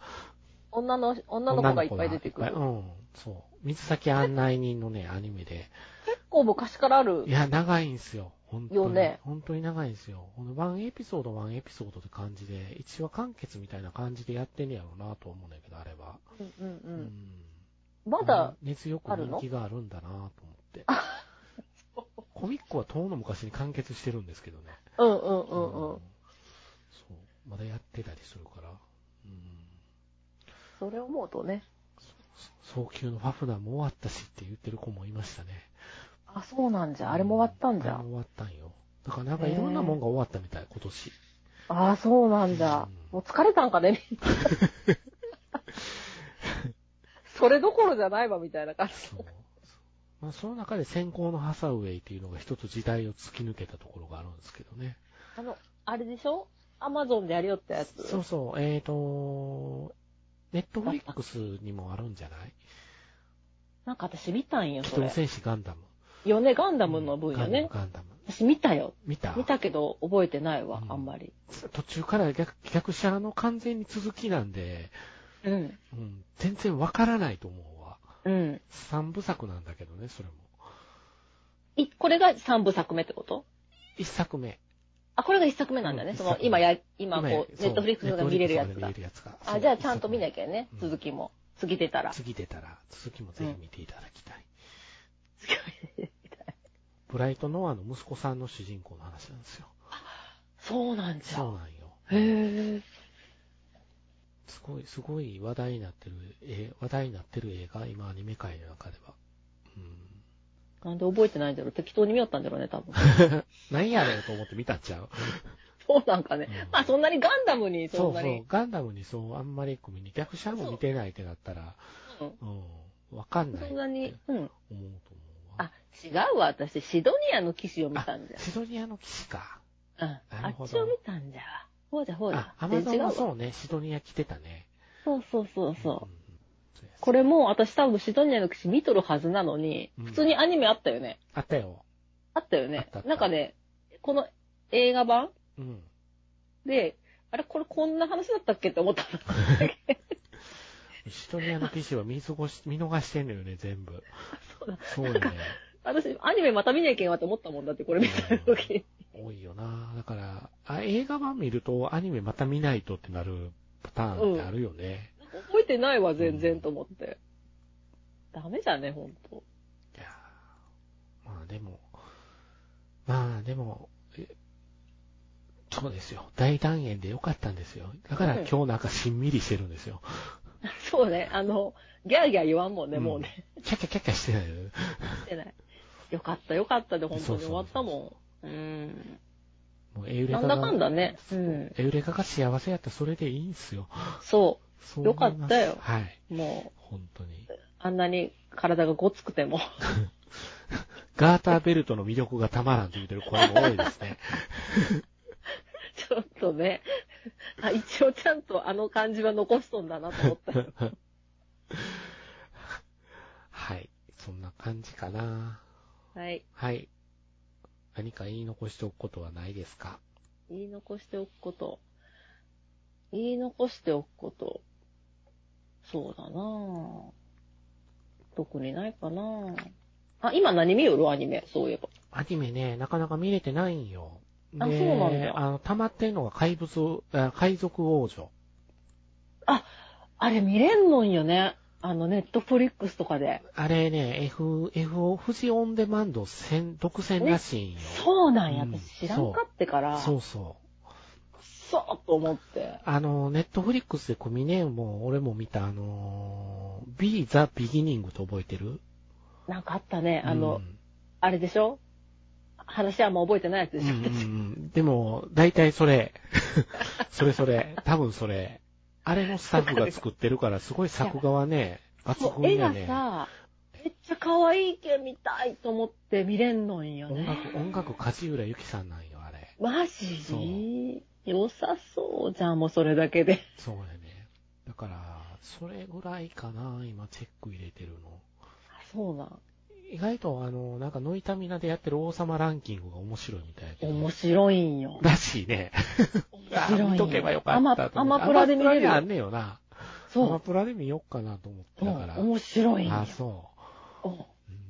女の、女の子がいっぱい出てく女るの。子がいっぱいうん。そう。水先案内人のね、アニメで。結構昔からあるい。や、長いんすよ。本当に。よね本当に長いんすよ。この1エピソード1エピソードって感じで、一話完結みたいな感じでやってんねやろうなと思うんだけど、あれは。うんうんう。うんんまだ、根強く人気があるんだなと思って。 コミックは遠の昔に完結してるんですけどね。うんうんううんうそん。う。まだやってたりするから。うん。それ思うとね。早急のファフナーも終わったしって言ってる子もいましたね。あ、そうなんじゃ。あれも終わったんじあゃれ。も終わったんよ。だからなんかいろんなもんが終わったみたい、今年。ああ、そうなんだうん。もう疲れたんか ね、みんなそれどころじゃないわ、みたいな感じ。そう。まあその中で先行のハサウェイっていうのが一つ時代を突き抜けたところがあるんですけどね。あの、あれでしょアマゾンでやりよったやつ。そうそう、えーと、ネットフリックスにもあるんじゃないなんか私見たんよ、機そ動れ。戦士ガンダム。よね、ガンダムの分よね。ガンダム。ガンダム私見たよ。見た見たけど覚えてないわう、んあんまり。途中から逆逆者の完全に続きなんで、うん。うん、全然わからないと思うわ。うん。三部作なんだけどね、それも。い、これが3部作目ってこと一作目。あ、これが1作目なんだね。うんそ一の、作目今や、今こう、そネットフリックスで見れるやつネットフリッだクスで見れ。るやつがそあ、うじゃあちゃんと見な一きゃねうん、続きも。次出たら作目。次出たら、続きもぜひ見ていただきたい。ブライト・ノアの息子さんの主人公の話なんですよ。 そうなんじゃそ。うなんよ。へえ。すごい、すごい話題になってる、えー話題になってる映画、今アニメ界の中では。うん。なんで覚えてないんだろう。適当に見よったんだろうね、多 分。何やろうと思って見たっち ゃう。そうなんかねう。んまあそんなにガンダムに、そそんうそなにう。。ガンダムにそう、あんまりコミュニティ、逆者も見てないってなったら、うんうん。わかんないそってん思なに、うん。うと思うわあ。、違うわ、私、シドニアの騎士を見たんじシドニアの騎士か。ゃ。うん。なあるほっどちを見たんじゃわ。ほうじゃほうじゃあ、。アマ全ゾ然違うンはわ。そうね、シドニア来てたね。そうそうそううそんう。そうやこれも私多分シドニアの騎士見とるはずなのにうん、普通にアニメあったよね。あったよ。あったよあっねたあっ。たなんかね、この映画版うん。で、あれこれこんな話だったっけって思ったの。 シドニアの騎士は見過ごし、見逃してんのよね、全部。 そうだそうよね。私、アニメまた見なきゃいけんわって思ったもんだって、これ見た時に。多いよな。だから、あ映画版見るとアニメまた見ないとってなるパターンってあるよね。覚えてないわ、全然と思って。ダメじゃね、ほんと。いやーまあでも、まあでも、えそうですよ。大団円でよかったんですよ。だからうん今日なんかしんみりしてるんですよ。 そうね、あの、ギャーギャー言わんもんね、うんもうね。キャッキャキャッキャしてないよね。してない。よかった、よかったで、本当に終わったそもん。うん。もうエウレなカんがだかんだね。うん。エウレカが幸せやったらそれでいいんすよ。そそう思いますよかったよはい。う。も本当に。う、あんなに体がごつくても。 ガーターベルトの魅力がたまらんと言ってる声も多いですね。ちょっとね、あ、一応ちゃんとあの感じは残しとんだなと思った。はい。そんな感じかな。 はい。はい。何か言い残しておくことはないですか言い残しておくこと。言い残しておくこと。そうだなぁ。特にないかなあ、今何見よるアニメ、そういえば。アニメね、なかなか見れてないんよ。あでそうなんだあの、溜まってんのが怪物、あ海賊王女。あれ見れんのんよね。あの、ネットフリックスとかで。あれね、F、F、富士オンデマンド専独占らしいんよ。そうなんや、うん私知らんかってから、そそうそう。そうと思って。あの、ネットフリックスでこうミネも、俺も見た、あのー、B the Beginning と覚えてるなんかあったね。あの、うんあれでしょ話はあんま覚えてないやつでうんしうょ、 んうんでも、大体それ。 それそれ。多分それ。あれのスタッフが作ってるから、すごい作画はね、抜そう、絵群やがね。さ、めっちゃ可愛いけん見たいと思って見れんのんよ音ね。楽、音楽、梶浦由紀さんなんよ、あれ。マそジ良さそうじゃん、もうそれだけで。そうやね。だから、それぐらいかな、今チェック入れてるの。そうなん。意外と、あの、なんか、ノイタミナでやってる王様ランキングが面白いみたいやけど。面白いんよ。らしいね。面白いんよ。見とけばよかアっマたとア思ってマプラで見れアマプラにある。んねよな。アマそプラで見よっかなと思ってう。だから。うん面白いんよあ、。そう。うんうん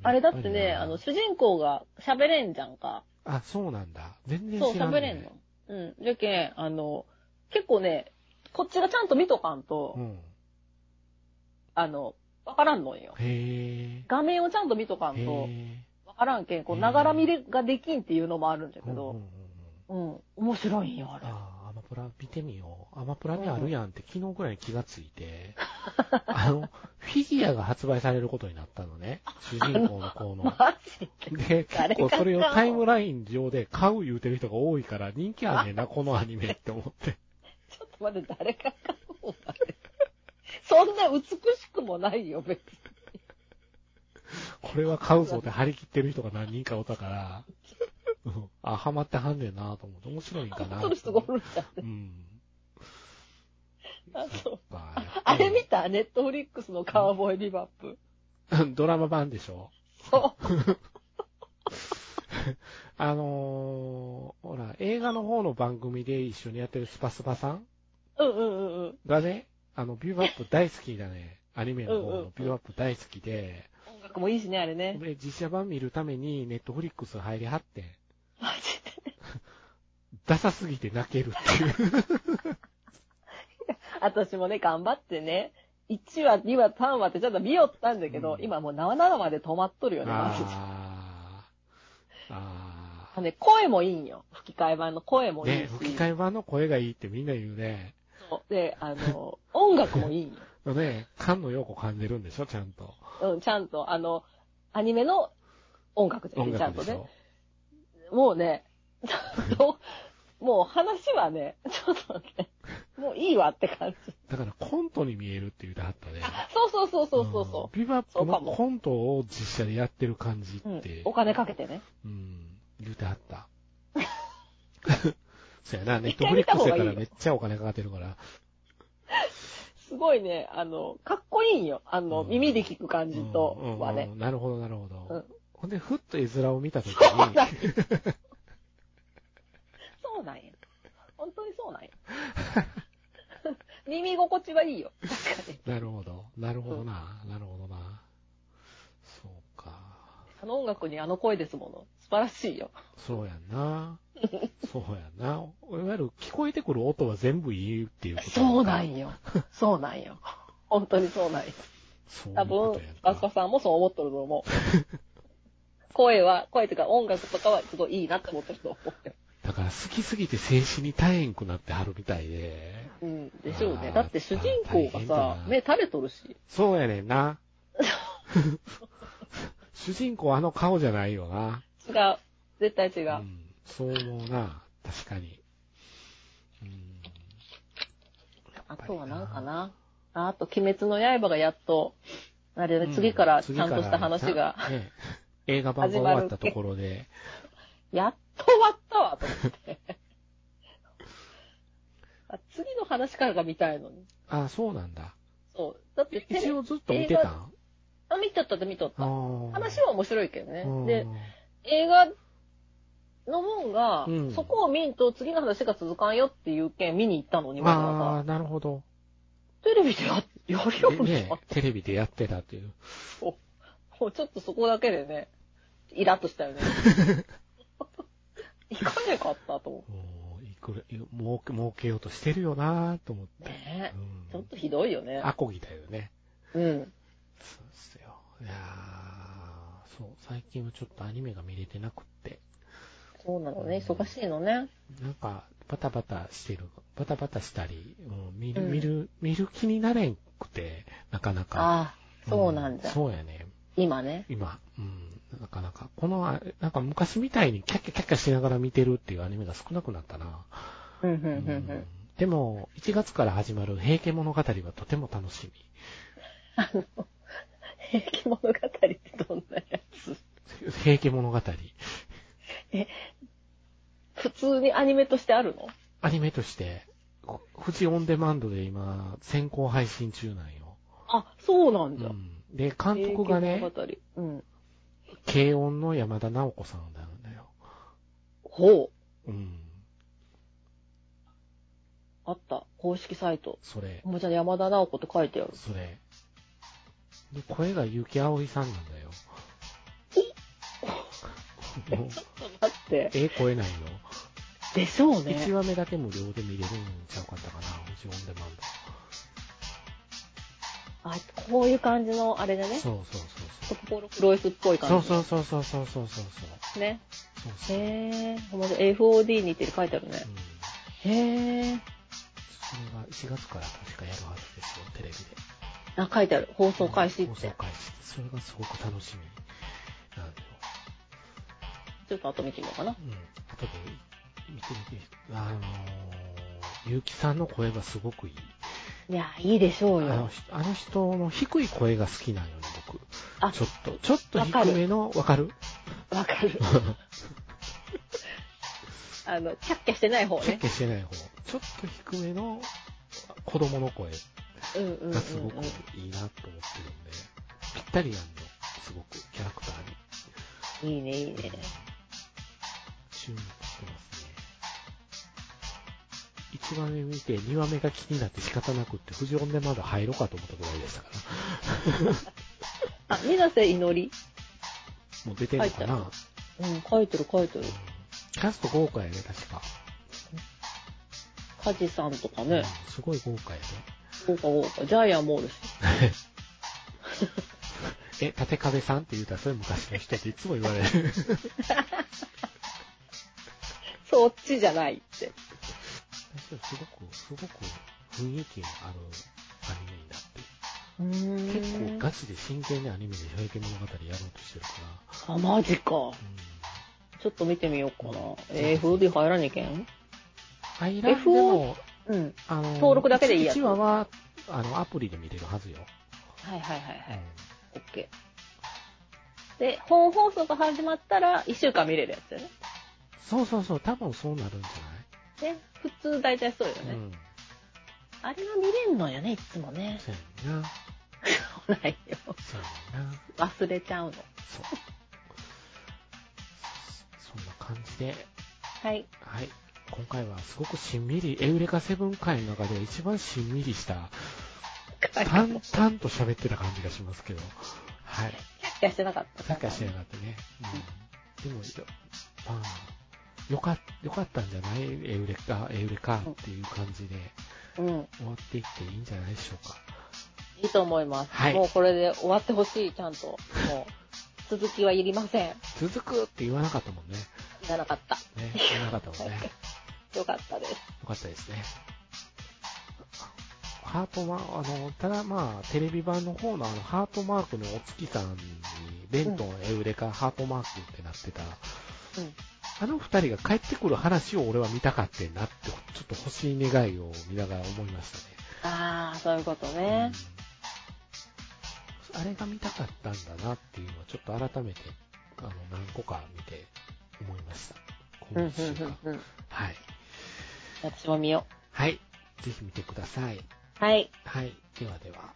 あれだってね、やぱありの、な主人公が喋れんじゃんか。あ、そうなんだ。全然そう、知らん、ね。喋れんの。うん。じゃけん、あの、結構ね、こっちがちゃんと見とかんと、うん。あの、わからんのんよ。へ画面をちゃんと見とかぇー。んへと、ぇわからんけん、こう、へーながら見れができんっていうのもあるんだー。うけんうんうんうどん、うん、面白いんよ、あれ。あーアマプラ見てみよう。アマプラにあるやんって昨日ぐらいに気がつい て、あの、フィギュアが発売されることになったのね。主人公の子の。マジで。で、誰が結構買うそれをタイムライン上で買う言うてる人が多いから人気あんねんな、このアニメって思って。 ちょっと待って、誰が買うのあれそんな美しくもないよ、別に。これは買うぞって張り切ってる人が何人かおったから、うんあ、ハマってはんねんなと思って、面白いんかな。そういう人がおるんじゃん。うん。あそうまあああれ見たネットフリックスのカウボーイビバップ。ドラマ版でしょそう。あのーほら、映画の方の番組で一緒にやってるスパスパさんうんうんうんうん。がね、あの、ビューアップ大好きだね。アニメの方うんうのんビューアップ大好きで、音楽もいいしね、あれね。で、実写版見るためにネットフリックス入りはってん、マジで。ダサすぎて泣けるっ ていう。私もね、頑張ってね、1話、2話、3話ってちょっと見よったんだけど、うん今もう7話まで止まっとるよね、マジで。あー。ああね、声もいいんよ。吹き替え版の声ー。もいいし。ね、吹き替え版の声がいいってみんな言うね。そうで、あの、音楽もいいんよ。ね、菅野陽子感じるんでしょ、ちゃんと。うん、ちゃんと、あの、アニメの音楽じゃ音ん、ちゃん楽とでしね。ょ。もうね、 もう話はね、ちょっとね、もういいわって感じ。だからコントに見えるって言うてはったね。。そうそうそうそうそうそうビバップそうかのもコントを実写でやってる感じう。うっんて、、お金かけてね。うん、言うてはった。 そやな、ネッ一ト回フリッ見クたス方やがいかいよらめっちゃお金かかってるから。すごいね、あの、かっこいいんよ。あの、うん耳で聞く感じとはうんねう。んなるほど、なるほうどん。ほんで、ふっと絵面を見たとき そうになん、や。そうなんや。本当にそう なんや。耳心地はいいよ。確かに。なるほど、なるほどな、なるほどな。そうか。あの音楽にあの声ですもの。素晴らしいよ。そうやんな。 そうやんな。いわゆる聞こえてくる音は全部いいっていうことそうなんんよ。そうなんよ。本当にそうなんよ。そうい多うこ分とやん、かアスパさんもそう思っとると思 う。声は、声というか音楽とかはすごいいいなって思ってると思うよ。だから好きすぎて静止に耐えんくなってはるみたいで。うん。でしょうあねー。だって主人公大変がださな、目垂れとるし。そうやね んな。主人公あの顔じゃないよな。違う。絶対違う。うん、そう思うな。確かに。うん、あとは何かな。ああと、鬼滅の刃がやっと、あれだね、次かうんらちゃんとした話次からが、ちゃんね映画版が終わったところで、やっと終わったわ、と思って。 あ次の話からが見たいのに。あそうなんだ。そう。だってテレビ一応ずっと見てたんあ、見ちゃったって見とった。話話は面白いけどね。で、映画のもんが、うんそこを見んと次の話が続かんよっていう件見に行ったのに、わざあわあ、なるほど。ざ。テレビでや、やりようねね。、テレビでやってたっていう。もうちょっとそこだけでね、イラッとした よね。いかねかったと思もういくら、儲け儲けようとしてるよなと思っう。て。ねえ。ちうょっん。とひどいよね。アコギだよね。うん。そうですよ。いやーそう、最近はちょっとアニメが見れてなくって。そうなのね。忙しいのね。なんか、バタバタしてる、バタバタしたり、うん、見る、うん見る、見る気になれんくて、なかなか。ああ、そうなんだ。そうやね。今ね。今、うん、なかなか。この、あなんか昔みたいにキャッキャキャッキャしながら見てるっていうアニメが少なくなったな。うん、うん、う、うんうん。 でも、1月から始まる平家物語はとても楽しみ。平気物語ってどんなやつ平家物語。普通にアニメとしてあるのアニメとして、こ富士オンデマンドで今、先行配信中なんよ。あ、そうなんうだ。ん。で、監督平がね家、物語。うん。軽音の山田直子さんなんだよ。ほう。うん。あった。公式サイト。それ、もうじゃあ山田直子と書いてある。それ。で、声が結城葵さんなんだよ。もうだって。ええ声ないよ。でしょうね。 1話目だけ無料で見れるんちゃうかったかな。富士オンデマンあ、こういう感じの、あれだド。ね。そうそうそうそう。トコロプロイスっぽい感じ。そうそうそうそうそうそうそうそう。ね。そうそう。へぇー。ほんと FOD にって書いてあるねう。ん。へぇー。それが1月から確かやるはずですよ、テレビで。あ、書いてある。放送開始っ放送て。開始って。それがすごく楽しみなんだよ。ちょっと後見てみようかな。うん。後で見てみて、あのー、結城さんの声がすごくいい。いや、いいでしょあうのよ。人あの人の低い声が好きなんよね、僕。あちょっと、ちょっと低めの、わかるわか る。あの、キャッキャしてない方キャッね。キャしてない方。ちょっと低めの子供の声うんうんうんうんがすごくいいなと思ってるんで、ぴったりやんの、すごく、キャラクターに。いいね、いいね。注目してますね。1話目見て、2話目が気になって仕方なくって、藤音でまだ入ろうかと思ったぐらいでしたから。あ、水瀬祈り。もう出てるのかな、入うん、書いてる書いてる。キャスト豪華やね、確か。カジさんとかうんね。すごい豪華やね。豪華豪華。ジャイアンもおるし。え、縦壁さんって言うたら、それ昔の人っていつも言わ れる。そっちじゃないって。すごく、すごく雰囲気のあるアニメになってうる、結構ーん。ガチで真剣にアニメで平家物語やろうとしてるかあ、マジか。ら、うちょっと見てみようかな。えー、FOD 入らなきゃいけんん。アイランドでも、うん。あの、登録だけでいいやつ1話は、あの、アプリで見れるはずよ。はいはいはいはういん。 OK。で、本放送が始まったら1週間見れるやつだよね。そうそうそう、多分そうなるんじね。普通大体そうよゃなね。いうん。あれが見れんのよね、いつもね。 そうやんな。来ないよ。そうやんな。忘れちゃうの。そう。そそんな感じで、はい。はい。今回はすごくしんみり、エウレカセブン回の中では一番しんみりした、 淡々と喋ってた感じがしますけど、はい。キャッキャしてなかった。さっきはしやがってね。うん。でも、よまあ、よかっ、よかったんじゃないエウレカ、エウレカっていう感じでうん。終わっていっていいんじゃないでしょうか。いいと思います。はいもうこれで終わってほしい、ちゃんと。もう、続きはいりません。い続くって言わなかったもんね。らなかった。ね、言わなかったもんね。よよかったです。かったですね。ハートマーク、あの、ただまあ、テレビ版の方のあの、ハートマークのお月さんに、ベントン、エウレカ、ハートマークってなってた、うん。あの二人が帰ってくる話を俺は見たかってんなって、ちょっと欲しい願いを見ながら思いましたね。ああ、そういうことうね。んあれが見たかったんだなっていうのは、ちょっと改めて、あの、何個か見て思いました。うん、こうのん一週間、。うん、うん。はい。私も見よはい。ぜひ見てください。う。はい。はい。ではでは。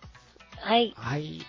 はい。はい。